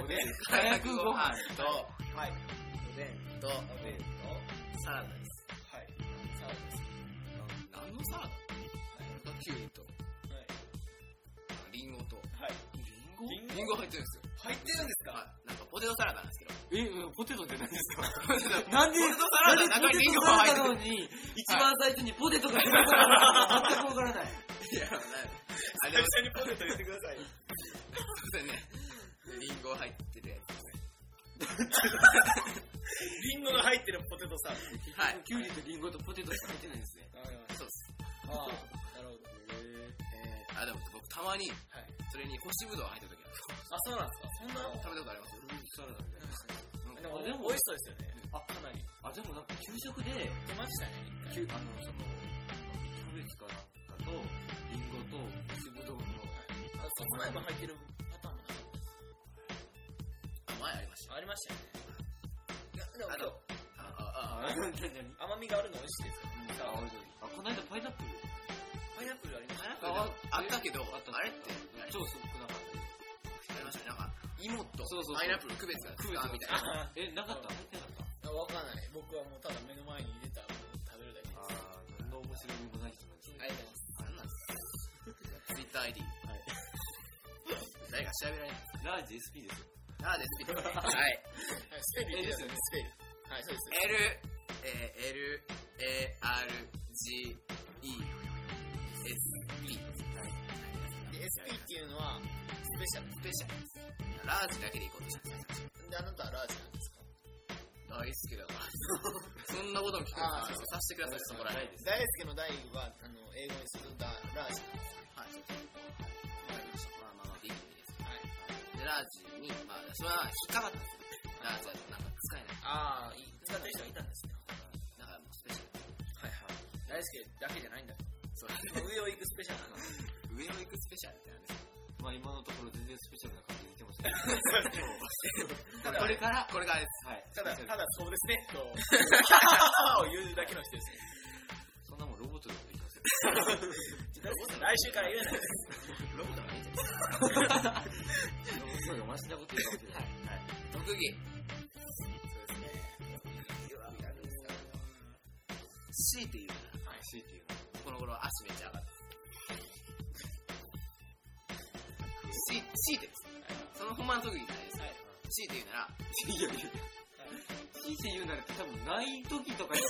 おでん
火薬ご飯と、
はい。
おでんと、
お弁当
サラダです。
はい。サラダです。
何のサラダキュウリと、リンゴと、
はい。はい。
リ
ン
リンゴ入ってるんですよ。
入ってるんですか
はい。なんかポテトサラダなんですけど。
え、ポテトって何ですかなんで、
ポテトサラダの中にリンゴが入ってる
な。んでポテトサラダなのに、一番最初にポテトが入ってるのか全くわからない。
いや、なんあれ
最
は
初にポテト言ってください。
そうですね。リンゴ入ってるやつですね。
リンゴが入ってるポテトサラ
はい。
キュウリとリンゴとポテトしか入ってないですね。
ダ。わかりまし
そうです。
たああ、なるほど。
えー、あ、でも僕たまに、
はい。
それに干しぶどう入ってる時あ
あ、そうなんですかそんな
る。食べたことあります
フルーツサラダみたいな。
うん
でも、でも美味しそうですよね。あ、かなり。
あ、でもなんか給食で、
出ましたね。
きゅあの、その、キャベツかなんかと、リンゴと、水ぶどうの、
あ、さつまいも入ってるパターンも
あ、前ありました。
ありましたよね。いや、でも
あ
今
の
日、
あ、あ、あ、
あ、なんだに
甘みがあるの美味しいですよ。
あ、俺じゃないあ、この間パイナップル
パイナップルありました
ああったけど、
あった
あれって、あれ
超すごくなかったです
ありましたね。なんか、芋と
そうそうそう
パイナップルの区別がつかみたい
あ
な。
え、なかった入ってなかった
あわかんない。僕はもうただ目の前に入れたものを食べるだけです。
あー、何の面白みもない人なんですね。
ありがとうございます。
なんなんですかツイッター ID。誰か調べられない。
ラージ SP ですよ。
あーです。はい。
はい、スペル言ってたんスペル。はい、そうです。
L、えー L、A、R、G、E、S、E。
で SP っていうのは、スペシャル。スペシャル。
ラージだけでいこうとしたんです
で、あなたはラージなんですか
大好き だから。そんなことも聞くんですか
あー
させてください、そこらへん。はい、
大輔の大は、あの、英語にするとララージなんです。
ちょっと。まあまあまあ、いいです。はい。で、ラージに、まあ、それは引っかかったんですよ。ラージだとなんか使えない。
ああ、いい使ってる人がいたんですね。
だからもうスペシャル。
はいはい。大輔だけじゃないんだ。
そうだ ね
上を行くスペシャルなの。
上を行くスペシャルってなんですよ
まあ今のところ全然スペシャルな感じで言ってますけど。
ただ
これから、
これがあれで
はい。
ただ、ただそうですね、と、を言うだけの人ですね。
そんなもんロボットでもできますよ。
来週から言うなよ。
す。ロボットがいいじゃん。
ロボットがマシなこと言うかもしれない。
そう
特技。
ですね。
強いて言うなら
はい。強いて言うの
この頃足めっちゃ上がってます。し強いてです。その本番の特技じゃないです。強いて言うなら、
いやいやいや。強いて言うならって多分ない時とかに。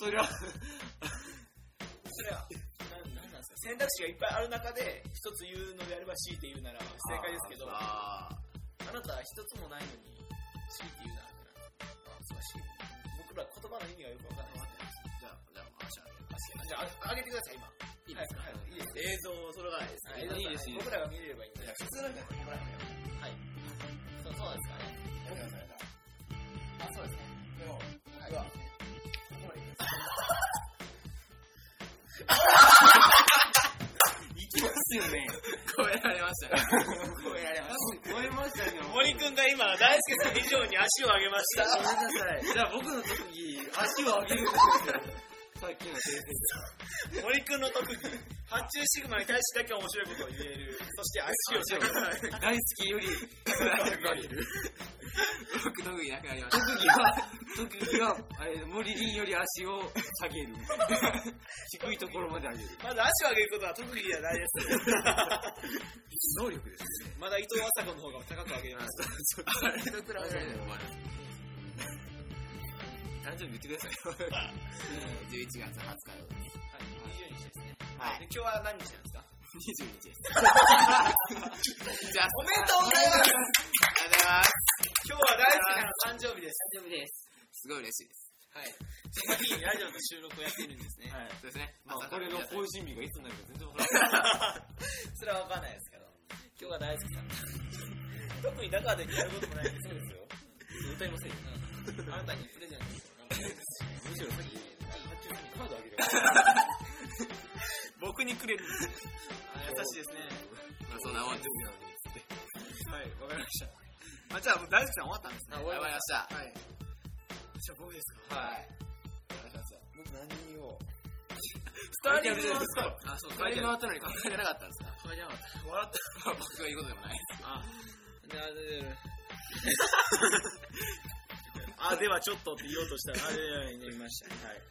それは、
それは、なんなんなんですか選択肢がいっぱいある中で、一つ言うのであれば強いて言うなら正解ですけど、あ
あー
なたは一つもないのに強いて言うならってなあ、難しい。僕ら言葉の意味がよくわからない。
じゃあ、じゃあ、足上げる。
じゃあ、あげてください、今。いいですか、い、いです。
映像をそれがないですね。
映像
いいですいいです
僕らが見れればいいんで。普通の人は見ればいいはい。そうそうなんですかね。あ、そうですね。でも、はい。ここまで
行きますよね。
超えられました ね。超えられまし
超えましたけど。
森くんが今、大輔さん以上に足を上げました。
ごめんなさい。じゃあ僕の特技、足を上げるんですよ。さっきの先
森くんの特技、発注シグマに対してだけ面白いことを言える。そして足を
生
上げる。
大好きより、
た。僕特技なくなりました。
特技は、特技は、あれ、森林より足を下げる。低いところまで上げる。
まず足を上げることは特技ではないです。
能力ですね。
まだ伊藤麻子の方が高く上げます。
あれと 比べられるのも悪い。
誕生日言ってくださ
え
い。
ー11月20日の
20
ね
日ですね。
はい
で今日は何日なんですか
22日です。じゃあ、おめでとうございますありがとうございます。
今日は大輔さんの誕生日です。
大丈夫です。すごい嬉しいです。
はい。その日にラジオの収録をやっているんですね。
はい。
そうですね。
まあ、これの更新日がいつになるか全然わから な
そ
い。
れはわかんないですけど。今日は大輔さんの誕生日。特に中でやることもないんでそうですよ。歌いませんよ。あなたにプレゼント
むしろさっき、カードあげる。
僕にくれるんです優しいですね。
まあ、そんなもんです。
はい、わかりました。あ、じゃあ、もう大輔さん終わったんですね。
あ、終わりました。はい。
じゃあ僕ですか
はい。
僕何を
二
人分
あ、そう、二人分あったのに考えてなかったんですか
終わりなかった。笑った。
僕が言うことでもない。
あ、ではちょっとって言おうとしたら、あれになりました。はい。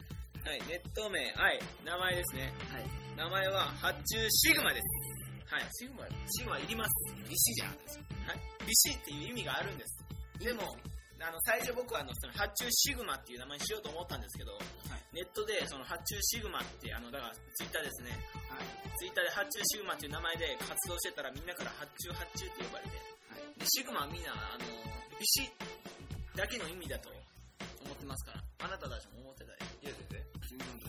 はい、ネット名、はい、名前ですね。はい。名前は、発注シグマです。はい。シグマシグマいります。
ビシじゃん。
はい。ビシっていう意味があるんです。でも、あの、最初僕はあの、その発注シグマっていう名前にしようと思ったんですけど、ネットで、その発注シグマって、あの、だから、ツイッターですね。ツイッターで発注シグマっていう名前で活動してたらみんなから発注発注って呼ばれて、でシグマはみんなあのビシッだけの意味だと思ってますからあなたたちも思ってたりいや全然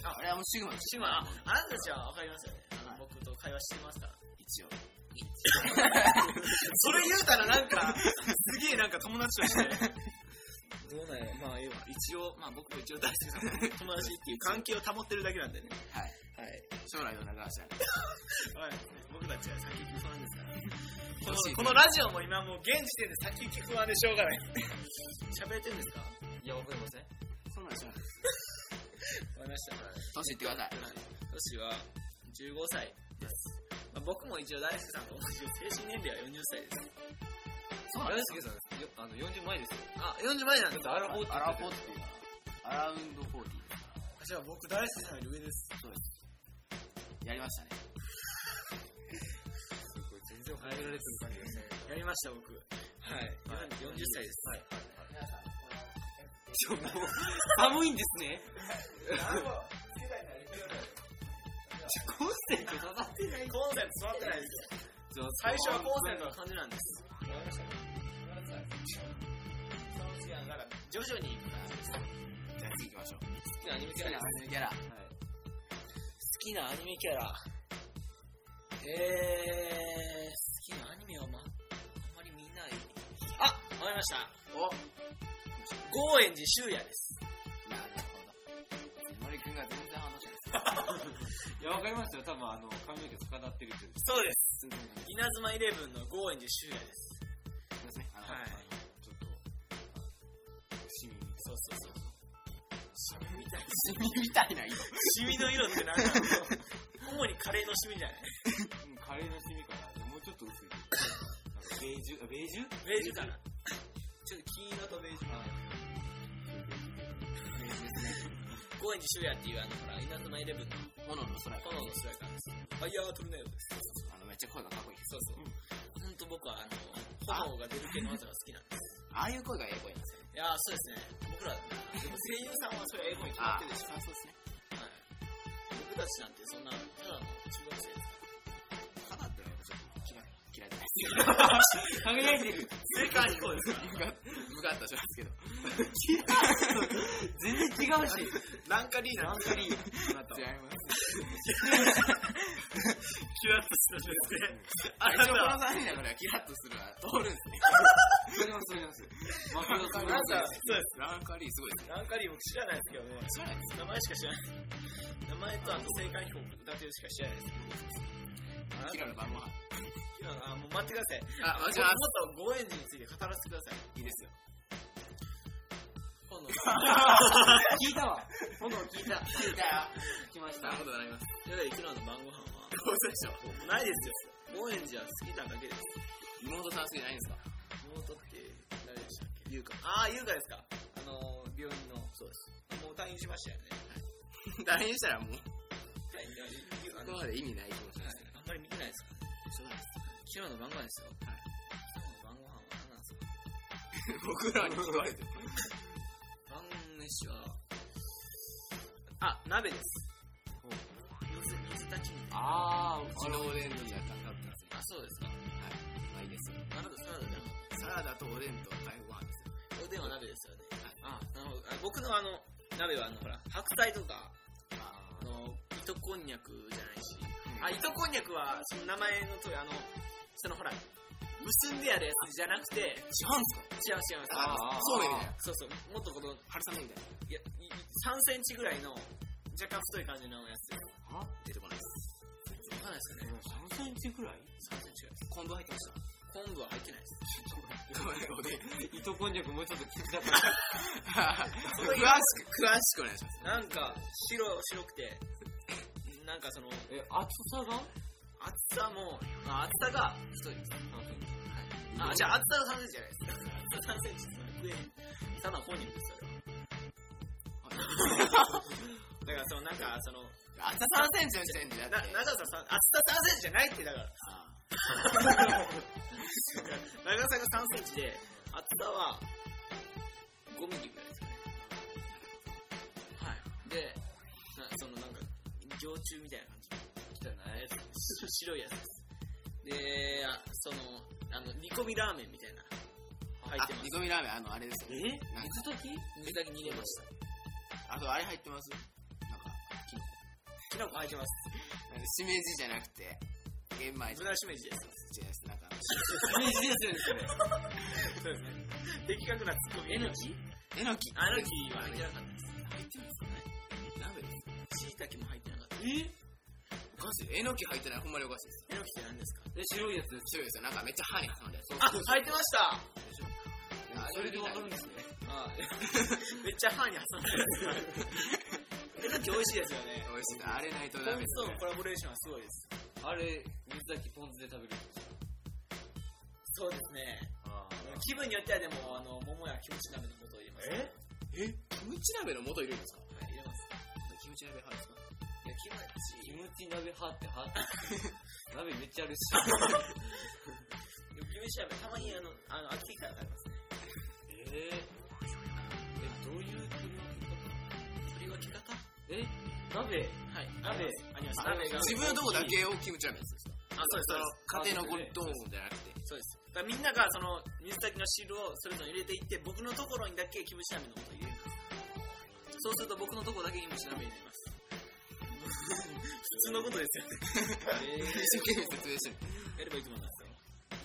あ、あれはもうシグマです。
シグマああなたたちは分かりますよねあの、僕と会話してますから
一応。
それ言うたらなんかすげえなんか友達としてどうなんやまあええわ一応まあ僕も一応大好きさんと友達っていう関係を保ってるだけなんでね
はい。
はい
将来の長橋は。
はい、僕たちは先行き不安ですから
欲しい
このこのラジオも今もう現時点で先行き不安でしょうがない 喋れてるんですか
いや、わかりません。
そんなんしない。
わかりました
年いってください。
年は15歳です、まあ、僕も一応大輔さんと同じ精神年齢は40歳です
そう
大輔さん、よあの、40前ですよ。
あ40前なんで
ちょっ
す
とアラフォーって
アラフォ
言
ー
っ
ってていうか、アラウンドフォーティーですか
じゃあ僕大輔さんより上です
ら。そうです。やりましたね。
全然入られてる感じがしない。
やりました僕はい、40歳です、はい
寒いんですね。コンセント刺さって
コンセント座ってないですよ最初はコンセントの感じなんですその次はなんか徐々に
じゃあ次行きましょう。
好きなアニメキ
次
ャラ
のアニメキャラ。
好きなアニメキャラえー、好きなアニメはまあんまり見ないあわかりました
お
ゴーエンジ修也です
なるほど。森くんが全然話して
いや、わかりますよ。多分、あの、髪の毛つかだってるって言うんです
そうです
ない。全然話
稲妻イレブンのゴーエンジ修也です
してない。
はい
ちょっと、シミみ
そうそうそうシミみたい
死にみたいな色。
シミの色ってなんか 主にカレーのシミじゃない
たいな。うんカレーのシミかな。もうちょっと薄い。なんかベージュ、あベージュ
ベージュかなちょっと黄色とベージュゴーエンジ修也っていうあのほら稲妻イレブンの
炎の空が。
炎の修也からですファイヤーは飛びないようです
あの、めっちゃ声がかっこいい。
そうそう。本当僕は、あの、炎が出る系の技が好きなんです。
ああいう声がええ声なんですよ。
いやー、そうですね。僕ら、でも声優さんはそれ英語に決ま
あ
ってるでしょ。
あ、そうですね。
はい僕たちなんてそんな、ただの中学生です
花ってのはちょっと嫌い、嫌いじゃないです。
輝いてる。
正解にこうですか
ムカムカッとしますけど。
全然違うし。
ら。ランカリーナ。ランカリーナ。
違います。
キュラッとしたですね。あ
あ
な
一
た
応この
は、
3人だからキラッとするは通るんですね。
それでもそれでもマクドさん
あなたは、そうで
ランカリーすごいです
す。
ね。
ランカリー僕知らないですけどね。
そうなんです。
名前しか知らない。名前とあと正解表だけしか知らないです。
キラの晩ご飯。
いやあもう待ってください。
あ、
も
わ
っとご縁
かります。
について語らせてください。
いいですよ。
今度聞いたわ今度聞いた
聞いたよ。
聞きまし
そ
た
んなことないます。
というわけで、昨日の晩ご飯は、
どうでしょう。
ないですよ。高円寺は好きなだけです。
妹さん好きじゃないんですか
妹って誰でしたっけ優香。ああ、優香ですか。あのー、病院の。そうです。もう退院しましたよね。
誰にしたらもう、こ
退院優香
こ
の
まで意味ない気持ちなんですよ。
あんまり見てないですか
しょうがないです。
昨日の晩ご飯ですよ。昨日の晩ご飯は何なんですか
僕らに言われて。
晩飯は、あ、鍋です。要するに水炊き肉。
あー
昨日オレンジにやったんだったんです
あ、そう
よ。
ですか。
はい。まあいいですよ。
なるほど、なるほど。
サラダとおでんと大ご飯です
おで
よ。
んは鍋ですよね。あ、なるほど。あ僕のあの、鍋はあの、ほら、白菜とか、あの、糸こんにゃくじゃないし。あ、糸こんにゃくは、その名前の通り、あの、そのほら、結んでやるやつじゃなくて、違うんすか違う違う。
あ
の
そうめんみたいな。
そうそう、もっとこの、
春雨みたいな。
いや、い3センチぐらいの、若干太い感じのやつ。わ
出てこないです。
かんないですよね。
3センチくらい
3センチぐらいです。
昆布入ってました。
昆布は入ってないです。
ごめん、おでん。
糸こんにゃくもうちょっと聞きたかっ
詳しく、詳しくお願いしま
なん
す。
か、白、白くて、なんかその、
たえ厚さが
厚さも、あ厚さが太いです。あ、じゃあ厚さが3センチじゃないですか。3センチです。ただ本人です、それは。だから、その、なんか、その、
厚さ3センチの時点でだ
な
って。
長さ3、厚さ3センチじゃないって、だから。長さが3センチで、厚さは5ミリぐらいですかね。はい。で、なそのなんか、常駐みたいな感じ。汚いやつ。白いやつです。で、あその、あの、煮込みラーメンみたいな、入
あ
ってま、
煮
す。
込みラーメン、あの、あれですよね。
え
なんか
水炊き
水だけ煮れました。
あと、あれ入ってますなんか、
きな粉入って ます。
なんかしめじじゃなくて、玄米じゃ
豚しめじです。
違います。なんか、
イメージですよね
そうですね。的確なツッコミ。
えのき
えのき。
あの日は入ってなかったです。
入ってますね。鍋です。
椎茸も入ってなかった。
え
おかしい。えのき入ってない。ほんまにおかしいです。
えのきって何ですか
え白いやつです
白いですよ。なんかめっちゃ歯に挟んで。そう
あ、入ってました
それでわかるんですね
あ めっちゃ歯に挟んでる。えのき美味しいですよね。
美味しいです。あれないと
ポ
ダ
ン
メで
酢
す
と。のコラボレーションはすごいです。
あれ水炊きポン酢で食べるんです
そうですね。
あ
気分によってはでも、あの、桃やキムチ鍋の素を入れます。
え
えキムチ鍋の元いるんですか
はい、入れます。
キムチ鍋派ですか
いや、キム
キ
チ。
ムチ鍋派って派って鍋めっちゃあるし
キムチ鍋、たまにあの、あの、飽きてきたら食べますね。
ええどういう
取り分け方
え鍋
はい。
鍋
鍋、あります。
あ
鍋が。
自分のとこだけをキムチ鍋ですか
あ、そうです、そうです。
家庭のゴドーンじゃなくて。
そうです。だからみんながその水炊きの汁をそれぞれ入れていって、僕のところにだけキムチ鍋のことを入れます。そうすると僕のところだけキムチ鍋になります。普通のことですよね。えー
一生懸命説
や
明してる。
ればいいと思いますよ。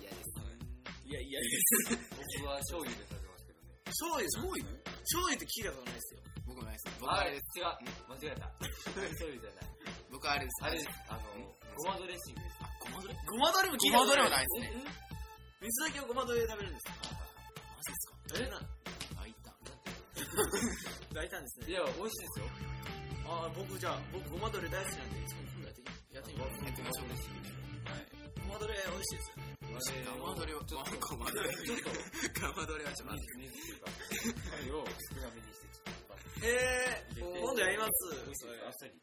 いやです。
いやいやです。
僕は醤油で食べますけどね
醤油、醤油醤油って聞いたことないですよ。
僕もないです。僕
あ
あ
れ
れです。
違う間違えた醤油じゃない
僕あれです。
あれですあの
ん
ごまドレッシングです
ごまどれ
ごまだれも聞い
ご
たこと
まどれ
ない
もない
で
ですね。
す。水炊きをごまどれで食べるんですか
マジですか
えな
あ、いった。
大胆です
い
ね。
や美味しいですよ
ああ、僕じゃあ、僕ごまどれ大好きなんで、その今度やってみやってみよ
やってみましょう。
う。ごまどれ美味しいですよね。
ごまどれを、ごまごまどれ。
ちょっと
ごまどれはちょっと待って。
水っていうかあれを少なめにして
へえ
ちょっと入れて
今度やります
美味しいですあっさり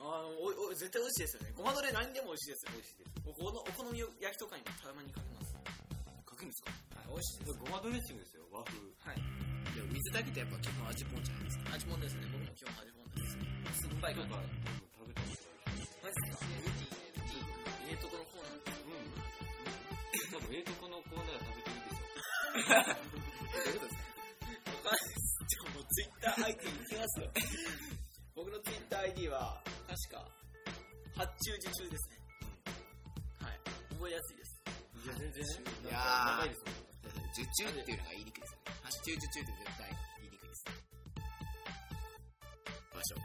あーおお絶対美味しいですよねごまどれ何でも美味しいですよ美味しいですおこのお好み焼きとかにもたまにかけます
かくんですか
美味しいです
ごまドレッシングですよ和風
はい
でも水だけってやっぱ基本味ぽんじゃないですか。
味もんですね僕も基本味もんです
酸っぱいとか食べたこと
マ
ある
ジですかええとこのコーナー
うん多分英徳のコーナーで食べてるでし
わかんないですじゃあも
ょ
うツイッター ID いきますよ僕のツイッター ID は確か発注受注ですねはい覚えやすいです
いや全然
いやー
長いですもん
受注っていうのが言いにくいですよね。発注受注って絶対言いにくいです。場所。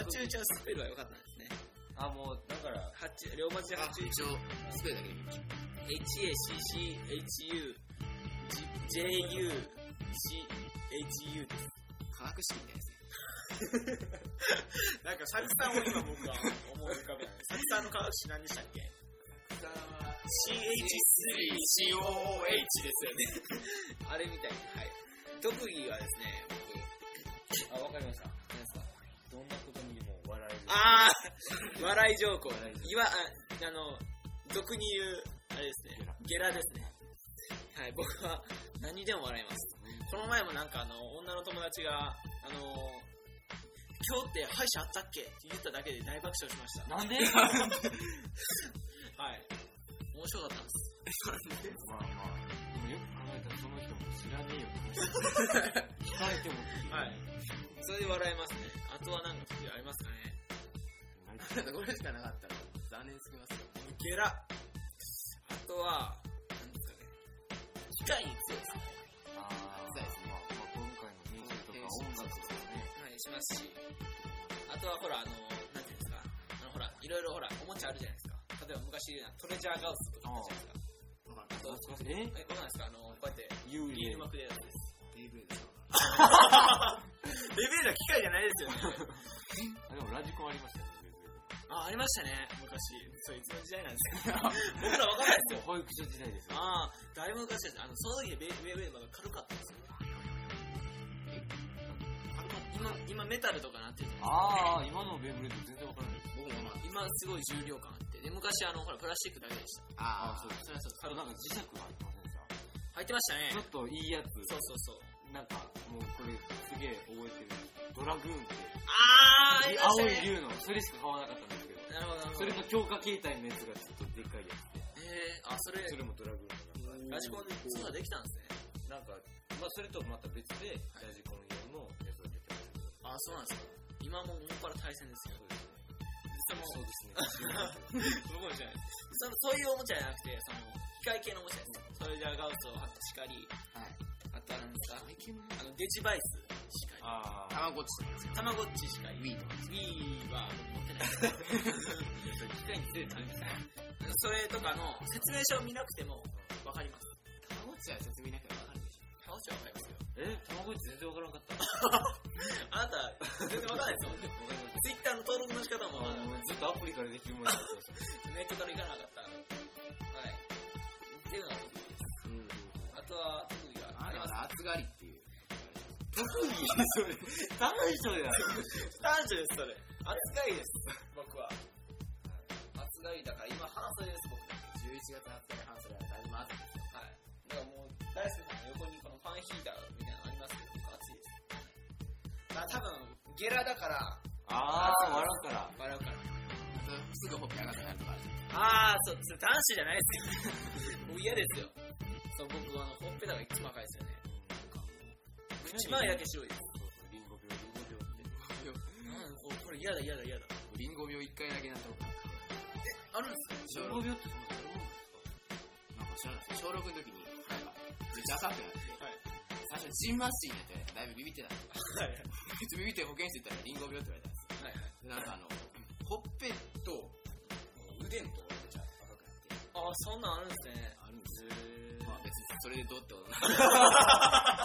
発注受注はスペルは良かったんですね
あ、もう、
だから、発注、両文字で
あ
発注。
一応、スペルだけで見ましょう。
HACCHUJUCHU です。
化学式みたいですね。
なんか、サクさんを今僕は思い浮かべない。サクさんの顔し何でしたっけ
草は
CH3COOH ですよね。あれみたいに。はい。特技はですね、
あ、わかりました。何ですかどんなことにでも笑える。
あー、笑い上皇。いわ、ああの、俗に言う、あれですね、ゲラですね。はい、僕は何でも笑います。この前もなんかあの、女の友達が、あの、今日って歯医者あったっけって言っただけで大爆笑しました。
なんで
はい。面白かったんです。
まあまあ、でもよく考えたらその人も知らねえよ。聞かれても
はい。それで笑えますね。あとはなんか特技ありますかね
これしかなかったら、残念すぎますよ。
ゲラ。あとは、なんですかね。機械に強いですね。
ああ、まあ、まあ、今回の編集とか音楽とかね。
はい、しますし。あとはほら、あの、なんていうんですか。あのほら、いろいろほら、おもちゃあるじゃないですか。例えば昔で言うのはトレジャーガウスとかあったじゃないですか。あと、え、
え
わかんないですかあの、こうやって、
幽
ビー
霊
ル。幕でやるやつです。
ベイブレードさんは
レベルは機械じゃないですよね。
あ、でもラジコンありましたよね。
あ、ありましたね、昔。それいつの時代なんです か僕らわかんないですよ。
保育所時代ですよ。
ああ、だいぶ昔です。あの、その時ベイベイブレードが軽かったんですよ。今、今メタルとかなってるじゃないですか。
ああ、今のベイブレード全然わからないです。
僕もまあ、
今すごい重量感あって。で、昔あの、ほら、プラスチックだけでした。
ああ、
あそ
そうう
で
ですす。それはそうです。
あのなんか磁石がありませんでした
入ってました
ちょ
ね
っ。といいやつ。
そうそうそう。
なんか、もうこれすげえ覚えてる。ドラグーンって。
あー、ありまし
青
た
い
ね。
竜の、それしか買わなかったんですけど。
なるほど、なるほど
それ。の強化形態のやつがちょっとでっかいや
えー、あ、それ
つ。、それもドラグーンの
ラジコンでそんなできたんですね。
なんか、まあそれとまた別で、ラジコン用のやつが出てましたけど。
あ、そうなんですか。今もうもっぱら対戦ですよ。
そうです
実
ね。
際もう
そうですね。
僕もじゃないですそのそういうおもちゃじゃなくてその機械系のおもちゃですトレジャーガウスをはしかり、
はい
あとは何ですかあのデジバイスしか
あ
たまごっちとかです
りたまごっちしかり
Wii とかです
Wii は持ってないですけど機械に強い感じですそれとかの説明書を見なくても分かります
たまごっちは説明なきゃわかるでしょ。
たまごっちは分かりますよ
え、卵ごっち全然わからんかった。
あなた全然分かんないですよ Twitter の登録の仕方も分かんない
ずっとアプリからできるものだと思ってまし
ネットから行かなかったはいっていうのが特技ですあとは特技が
あ
あり
れ
ます
は暑がりっていう。
短所です、それ。暑
た。それ。
がいです、僕は。暑がいだから、今、半袖です、僕。
11月の暑がり半袖はだいぶ暑いですよ。
はい。だからもう、大好きの横にこのファンヒーターみたいなのありますけど、僕暑いです。まあ、多分、ゲラだから、
あー、笑うから。
笑うから。
すぐほっぺ上がってなるとかあるじゃん。
あー、そう、それ男子じゃないですよ。僕嫌ですよ。そう、僕、あの、ほっぺたが一番赤いですよね。一番焼け白いです。
リンゴ病、リンゴ病って。
うん、これこれ嫌だ、嫌だ、嫌だ。
リンゴ病一回だけなったことあって
あるんです
小
リ
6
ンゴ病ってそんな
なんか知らないです小6の時に、なんか、めっちゃ朝くなって、
はい
最初、ジンマシンになって、だいぶビビってたんですよ。
はいはい。
普通ビビって保健室行ったらリンゴ病って言われたんです
はい
よ。で、なんかあの、ほっぺと、腕のところがめっちゃ赤くなって、
あー、そんなんあるんですね。
あるんですよ。まあ別にそれでどうってことない。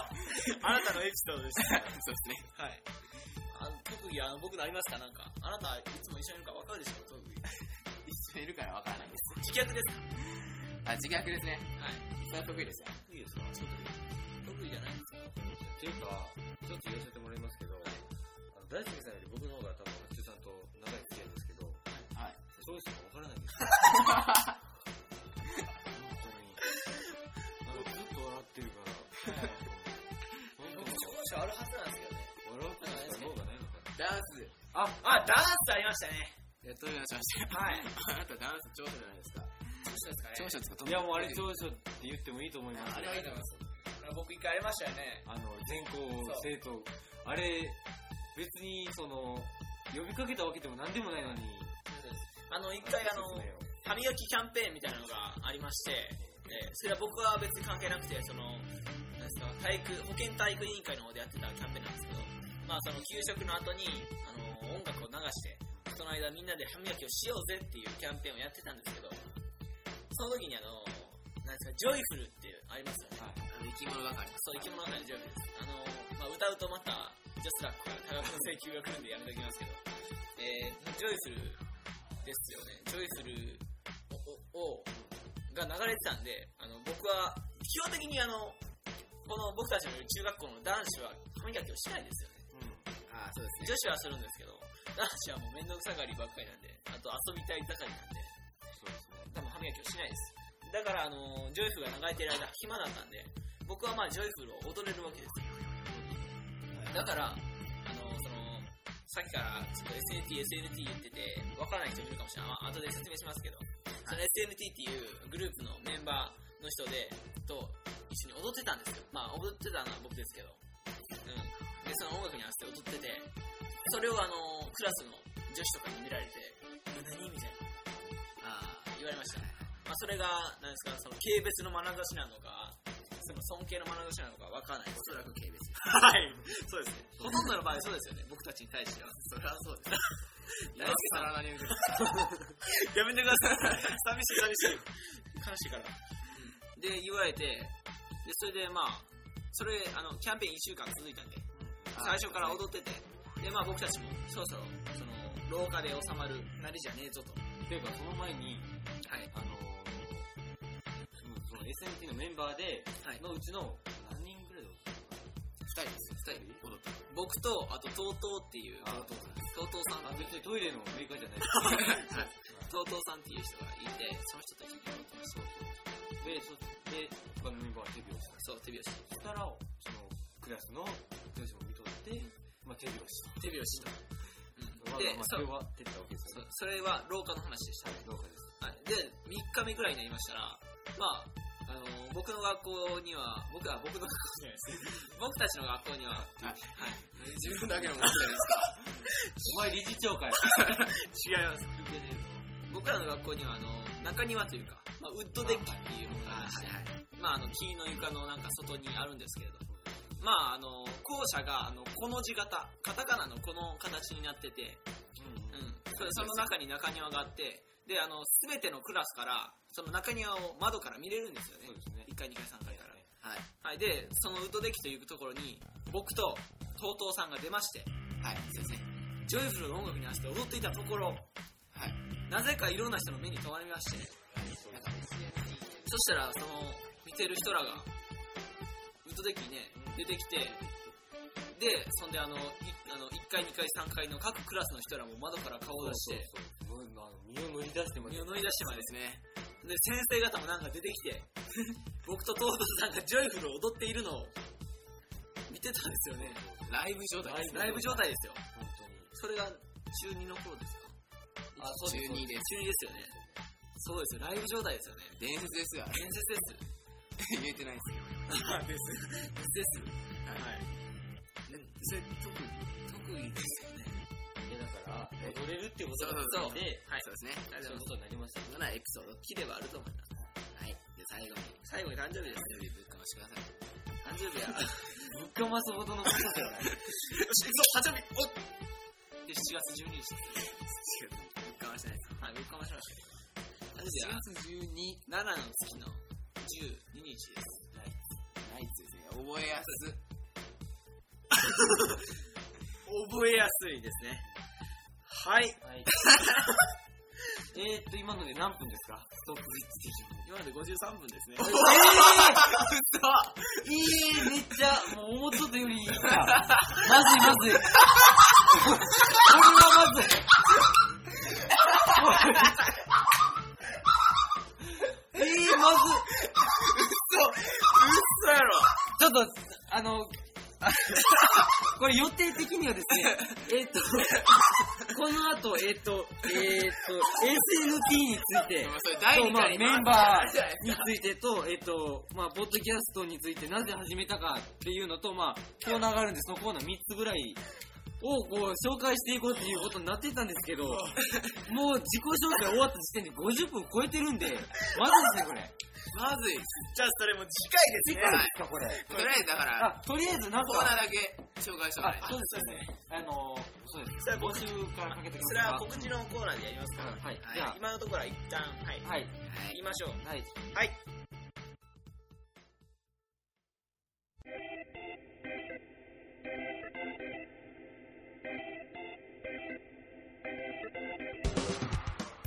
あなたのエピソードでした。
そうですね。
はい。あの特技、あの、僕のありますかなんか。あなた、いつも一緒にいるから分かるでしょ特技。
一緒にいるからわからないで
自
す。
虐です。
あ、自虐ですね。
はい。
それは得意ですよ。
いいですか
特技じゃないです。
っていうか、ちょっと言わせてもらいますけど、あの大輔さんより僕の方が多分、八中さんと長い付き合いですけど、
はい。
そういう人もわからないんですよ。 本当に。ずっと笑ってるから、
僕、長所あるはずなんですけどね。
笑うことしか脳がないのかな。
ダンス、
あ、ダンスありましたね。
やっとるようになりました。
はい。
あなたダンス長所じゃないですか。
長所ですかね。
長所ですか
いやもうあれ
所。
長所って言ってもいいと思います
あ
よ
れはいいと思います。僕、一回ありましたよね。
あの、全校生徒、あれ、別に、その、呼びかけたわけでも何でもないのに、
あの、一回あの、歯磨きキャンペーンみたいなのがありまして、でそれは僕は別に関係なくて、その、なんですか、体育、保健体育委員会の方でやってたキャンペーンなんですけど、まあその給食の後に、あの、音楽を流して、その間みんなで歯磨きをしようぜっていうキャンペーンをやってたんですけど、その時にあの、なんですか、ジョイフルってありますよね。
あの生き物係
そう、生き物係のジョイフルです。あの、まあ、歌うとまた、ジャスラックから多額の請求が来るんでやめときますけど、えー、ジョイフルですよね。ジョイフルを、をが流れてたんで、あの、僕は、基本的にあの、この僕たちのいる中学校の男子は歯磨きをしないですよね。
ああそうですね
女子はするんですけど、男子はもう面倒くさがりばっかりなんで、あと遊びたい盛りなんで、多分歯磨きをしないです。だから、あのジョイフルが流れてる間、暇だったんで、僕はまあ、ジョイフルを踊れるわけですよ。だから、あのその、さっきからちょっと SNT、SNT 言ってて、わからない人もいるかもしれない。まあ後で説明しますけど、その SNT っていうグループのメンバーの人で、と一緒に踊ってたんですよ。まあ、踊ってたのは僕ですけど。うん。で、その音楽に合わせて踊ってて、それをあの、クラスの女子とかに見られて、え何みたいな、
ああ
言われましたね。まあ、それが、なんですか、その、軽蔑の眼差しなのか、その尊敬の眼差しなのかわからないです。
おそらく軽蔑
はい。そうですね。ほとんどの場合そうですよね。僕たちに対しては。
それはそうで す
大輔さん
今更何を言うか
やめてください。寂しい寂しい。悲しいから。で、言われて、で、それでまあ、それ、あの、キャンペーン1週間続いたんで、最初から踊ってて、で、まあ僕たちも、そろそろ、その、廊下で収まるなりじゃねえぞと。
ていうか、その前に、
はい。
あのー、その SNT のメンバーで、
はい
のうちの何人ぐらいで踊ったのか
二人です、二人。僕と、あと、とうとうっていう、
あ
とうとうさん
なあ、別にトイレのメーカーじゃない。
とうとうさんっていう人がいて、その人と一緒に踊ってました。
で、そで、他のメンバーはデビューした。
そう、手拍子。
そしたら、その、クラスの女子も見とって、まあ、デビューした。
手拍子と。うん、で
まあ、まあ、
そ
それ
う
は出てたわけです
そ
よ
う
ね。
それは廊下の話でした。
廊下です。
はい、で、3日目ぐらいになりましたら、まあ、あの僕の学校には、僕は僕の学校じゃないです。僕たちの学校には、はい、
自分だけの問題です
お前理事長かよ。
違います。僕らの学校には、あの、中庭というか、まあ、ウッドデッキっていうのがありまして、まあ、あの、木の床のなんか外にあるんですけれども、まあ、あの、校舎が、あの、この字型、カタカナのこの形になってて、うん、そその中に中庭があって、で、あの、すべてのクラスから、その中庭を窓から見れるんですよね
そう。ですね。
1回、2回、3回から。
はい
はい、で、そのウッドデッキというところに、僕と、とうとうさんが出まして、
はいそうですね
ジョイフルの音楽に合わせて踊っていたところ、
はい
なぜかいろんな人の目に留まりまして、そしたら、その、見てる人らが、ウッドデッキにね、出てきて、で、そんであの、いあの1階、2階、3階の各クラスの人らも窓から顔を出して、
そうそうそう。もう、あの、身を乗り出しても
身を乗り出してまでですね。で、先生方もなんか出てきて、 僕とトートさんがジョイフルを踊っているのを見てたんですよね。
ライブ状態です
ライブ状態ですよ。
本当に。
それが中2の頃ですか
あそうです中二です
中2ですよね。そうですよ、ライブ状態ですよね。
伝説ですよあれ
伝説です。
言えてないですよ
です。
それ特技特技ですよね
いや、だから、踊れるっていうことが
そう
分かってで、
はい
そうですね
ありがと
そういうう
ございま
ことになりました。
どんなエピソード
す木ではあると思います。
はいで最後に
最後に誕生日です。
お呼びぶっかましてください
誕生日は、
ぶっかますほどのことではない。
誕生日おで、7月12日です。
ぶっかましてないです
はい、ぶっかましました。誕生日は、
7月12日
7の月の12日です。
ナイツですね覚えやす
覚えやすいですね。はい。
はい。えーっと、今ので何分ですかストップウィッチ的に。
今まで53分ですね。
えー、めっちゃ、もう思っとったよりいいな。まずいまずい。これはまずい。えー、まずい。嘘、嘘やろ。ちょっと、あの、 これ予定的にはです ね、えーっ、と、この後、えーっ、と、えーっ、と、SNT について、
それ第
と
2
まあ、
回
メ
に回
ンバーについて と、えっと、まあ、ポッドキャストについてなぜ始めたかっていうのと、まあ、コーナーがあるんで、そのコーナー3つぐらいをこう紹介していこうっていうことになってたんで すけど、もう自己紹介終わった時点で50分超えてるんで、まずいですね、これ。
まずい。
じゃあそれも次
次
回です
回
ね
で
はい
すか、これ。
とりあえずだから、
あ、とりあえずなん
コーナ
か、
ーだけ紹介してもら
あ
い、
そうですね。あの、そうです。
それは
募
僕
集からかけてき
そ
ま
れは
す
告知のコーナーでやりますから、
がはい、
はい
じゃ
今のところは一旦はい
あ、は
は
い、
い
言いましょう
はい。
はい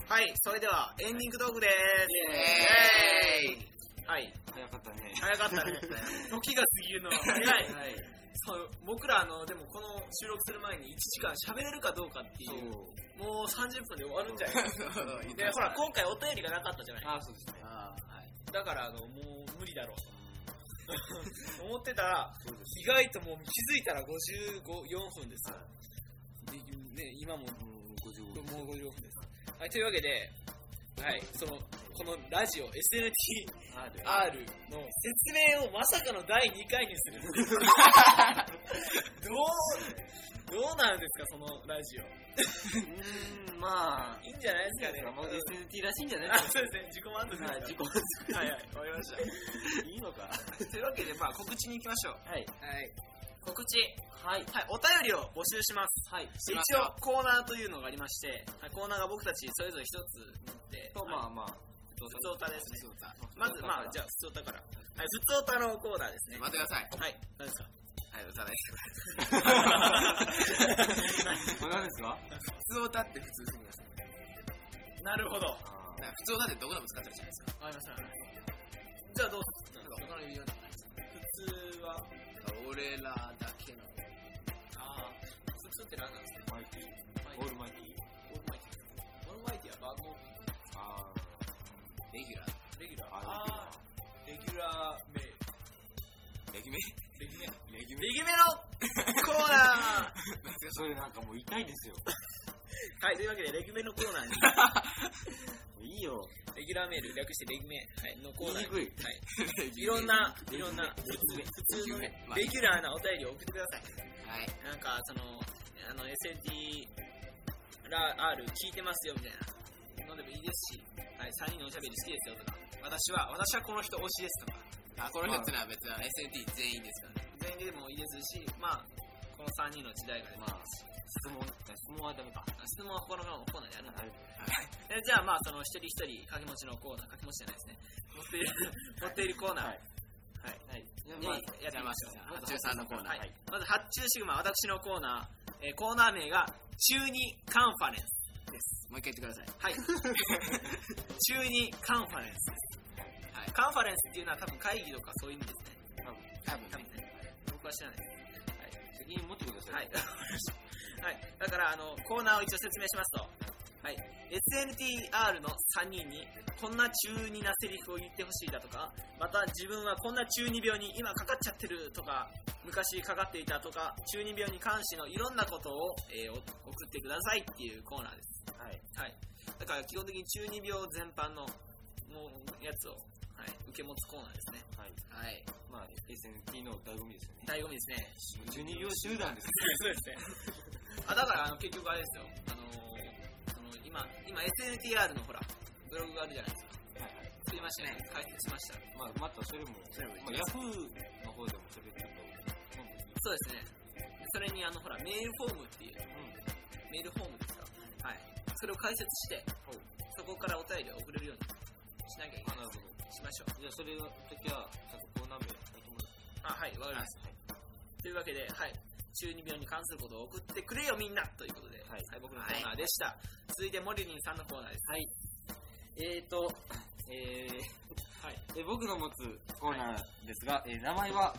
はいそれではエンディングトークで
え
イ
ーい
すはい
早かったね。
早かった ね時が過ぎるのは早い
はい。
そう僕らあのでもこの収録する前に1時間喋れるかどうかっていうもう30分で終わるんじゃない かでほら今回お便りがなかったじゃない
あ、そうですね。
あーはい
だからあのもう無理だろうと思ってたら意外ともう気づいたら54分ですよでね、今ももう55分です、はい、というわけで、はい、そのこのラジオ SNTR の説明をまさかの第2回にするどうどうなんですかそのラジオ
うーん、まあ、
いいんじゃないですかね
もう SNT らしいんじゃない
あ
です
そうですね自己満足
か。はい、自己。
はいはいわかりました
いいのか。
というわけで、まあ、告知に行きましょう。
はい。
はい。告知。
はい。
はい、お便りを募集します。
はい。
一応、コーナーというのがありまして、はいコーナーが僕たちそれぞれ一つ持って、
と、まあまあ、
ふつおたですね。ま
ま
ず、
ず、
ま
ま
あ
あ、、
じ
じゃ
ゃあ、ふつおたから。はい、ふつおたのコーナーですね。
待ってください。
はい、何ですか
はい、歌ない。
あ、何ですか
普通歌って普通にます。
なるほど。わ
だから普通歌ってどこでも使ってるじゃないですか。
かりました。じゃあ、どうする
他の言うような。
普通は、
俺らだけの。
ああ、普通って何なんですか
マイティ。オールマイティ。
オールマイティ。オールマイティは番号、
あ
レギュラー。
レギュラー。
あ
ー、レギュラー名。
レギュメ
レギュメ。
レギュ
レギュメのコーナー
ーそれなんかもう痛いですよ。
はい、というわけで、レギュメのコーナーに、
いいよ。
レギュラーメール、略してレギュメ、はい、のコーナーに、
言いに
はい、いろんな、いろんな、普通のね、レギュラーなお便りを送ってください。
はい。
なんか、その、あの、SNT、R 聞いてますよ、みたいなのでもいいですし、はい、3人のおしゃべり好きですよ、とか、私は、私はこの人推しです、とか、
あ、この人ってのは別に SNT 全員ですからね。
全員でもいいですし、まあ、この3人の時代がね、
まあ、質問、質問はダメか。
質問はこのままコーナーでやるんだ
はい
えじゃあまあその一人一人掛け持ちのコーナー掛け持ちじゃないですね持っている持っているコーナーはい、
はい。
まずやってみましょう
発注さんのコーナー。
はい、まず発注シグマ私のコーナー、えーコーナー名が中二カンファレンス
もう一回言ってください。
はい中二カンファレンスです、はい、カンファレンスっていうのは多分会議とかそういう意味ですね
多分
多
ね。
分ね僕は知らないです
責任持ってください。
はい。はい。だから、あの、コーナーを一応説明しますと、はい。SNTR の3人に、こんな中二なセリフを言ってほしいだとか、また自分はこんな中二病に今かかっちゃってるとか、昔かかっていたとか、中二病に関してのいろんなことを、えーお送ってくださいっていうコーナーです。は
はい。
い。だから、基本的に中二病全般の、もう、やつを、はい、受け持つコーナーですね。
は
は
い。
い。
まあ、SNT の醍醐味ですよね。
醍醐味ですね。
十二秒集団です。
そうですね。あ、だから、あの、結局あれですよ。あのーその今、今 SNTR のほら、ブログがあるじゃないですか。
はいはい。
作りましたね。解説しました。
まあ、またそれも、まあ、ヤフーの方でもそれちょっと、今
そう
度
ですね。それに、あの、ほら、メールフォームっていう、メールフォームですか。はい。それを解説して、そこからお便りを送れるようにしなきゃいけ
あ、
ない。
なるほど。
しましょう。
じゃあ、それの時は、ちょっとコーナー名を書いてもらっ
あ、
て。
はい、わかりました。というわけで、はい。中二病に関することを送ってくれよみんなということで、
はい
僕のコーナーでした。続いて、モリリンさんのコーナーです。はい。
えーと、えー、
はい
え僕の持つコーナーですが、えー名前は、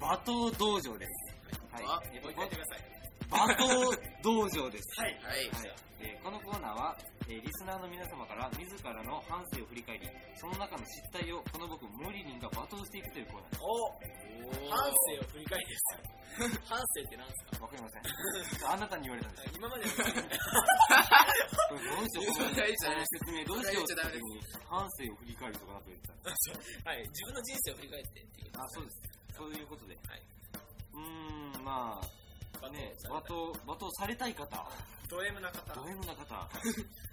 馬頭道場です。はい。
あ
えー
もう一回やってください。
馬頭道場です。
はい。
はい。
はいえーこのコーナーは、えーリスナーの皆様から自らの反省を振り返り、その中の失態をこの僕、モリリンが罵倒していくというコーナーで
お
お
反省を振り返りです 反省って何ですか
す。わかりません。ちょっ とあなたに言われたんですよ。
今まで
これどうしよう、 この
大事だね
説明どうしようって
大事だね
時に、反省を振り返るとかなんか言ってた。
はい、自分の人生を振り返ってっていう
あ、そうです。そういうことで。
はいう
ーん、まあ、
バト
ね、
さ
罵
れた
倒、罵倒されたい方、
ド M な方
ド M な方、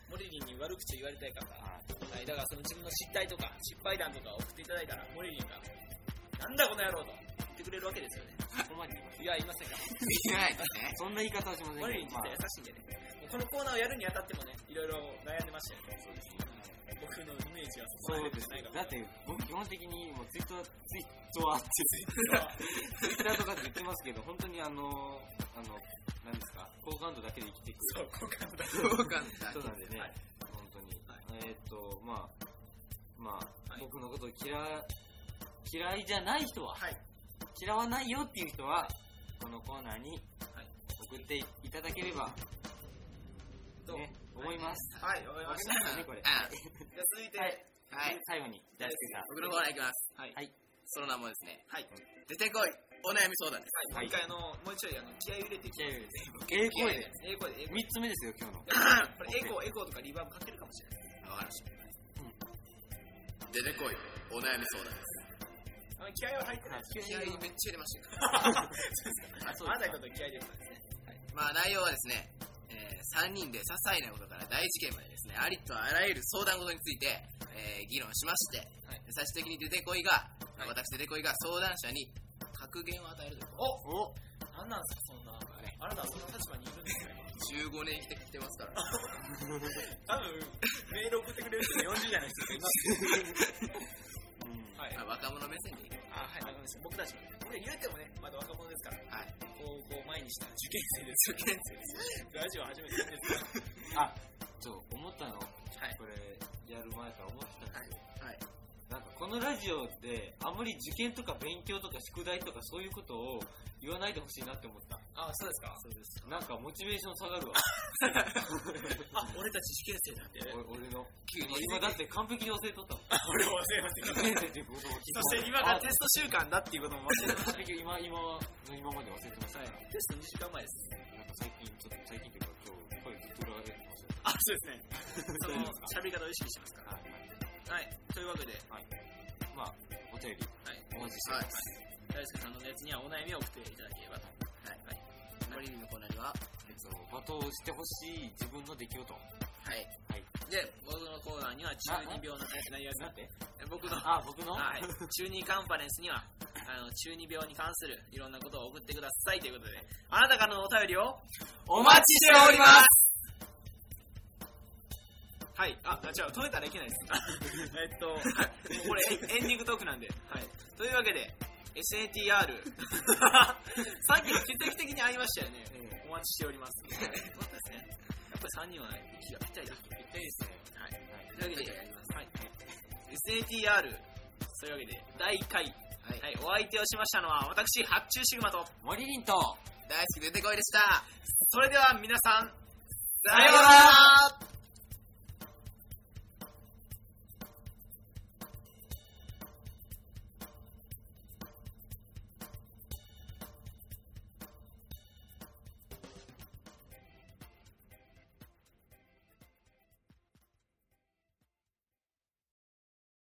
モリリンに悪口を言われたい方、はい、だからその自分の失態とか失敗談とかを送っていただいたらモリリンが「なんだこの野郎」と言ってくれるわけですよね
そこまで言いません
いやいませんか
いないですね。
そんな言い方はしませんけど
モリリン、実
まあ
は優しいんでねもうこのコーナーをやるにあたってもねいろいろ悩んでましたよね僕のイメージはそこま
そ
で
うで
ですすない
ね
か。も
だって、僕基本的にもうツイッター、ツイッターって ツイッター、ツイッターとかって言ってますけど、本当にあの、あの、何ですか、好感度だけで生きていく
そう好感度だ
そうかんだ
人なんでね、本当に。えーっと、まあ、まあ、
はい
僕のことを嫌い、嫌いじゃない人は、
はい
嫌わないよっていう人は、このコーナーに
はい
送っていただければ、
どう
ね、思います。
はいわかりました
わかりましたねこれ
あ
じゃあ続いて
はい
はい。
最後に、大輔さん。
僕のコーナーいきます。
はい
はい
その名もですね、
はい
出てこい、お悩み相談です。
は
はいい一回あのもうちょいあの気合い入れていき
気
た
合
い
い入れてええ声で。
英語で英語で
3つ目ですよ、今日の。
これエコーエコーとかリバーブかけるかもしれない
あわかりました。出てこい、お悩み相談です。
あの気合は入ってない
気
気合いめっちゃ入れましたよ。
あなたこと気合ですからね
まあ内容はですね、え3人で些細なことから大事件までですね、ありとあらゆる相談事について、えー議論しまして、で最終的に出てこいが、私出てこいが相談者に格言を与えるという
お
お
なんなんすかそんなあなたはその立場にいるんですよ
15年生きてきてますから、
多分メール送ってくれる人40じゃないですか
うん
はい
まあ若者目線でいきま
あはいわかりました僕たちも僕ら言うてもねまだ若者ですから
はい
高校前にした受験生です受験生ですラジオ初めてです
あ、そう、思った
い
の、これ、やる前から思ってたんです
は
よ。
いはい
なんか、このラジオで、あんまり受験とか勉強とか宿題とかそういうことを言わないでほしいなって思った。
あそうですかそうです
なんか、モチベーション下がるわ。
あ俺たち受験生なんで
お俺の。
急に
今だって完璧に忘れとったもん。
俺は忘れませ
受験生っていう言葉聞いて
そして今がテスト週間だっていうことも忘れて
完璧、今、今は、今まで忘れてました。なんか
テスト2時間前です
最近、ちょっと最近というか、今日、声ずっと裏が出てましたよ。
あそうですねその喋り方を意識してますか
はいはい。
らはいというわけで
まあ、お便り、
はい
お待ちしてお
は
り
い
ます。
大輔さんの熱にはお悩みを送っていただければと
はいはいモリリンのコーナーには
えっと、罵倒してほしい自分の出来事。
はい
はい。
で僕のコーナーには中二病の内容
なんて
僕の
あ、僕の
はい、中二カンファレンスにはあの中二病に関するいろんなことを送ってくださいということであなたからのお便りを
お待ちしております
はいああ違う止めたらいけ ないですえっと、はい、もうこれエンエンディングトークなんで、はい、というわけで SATR さっきの奇跡的に会いましたよね
え
お待ちしており ますよかったですねやっぱり3人は息がぴったりだぴったりですねはいというわけで、はい SATR そういうわけで第1回
はい
はい、お相手をしましたのは私、発注シグマと。
ー、森凛と、
大好き出てこいでした
それでは皆さん、
さようなら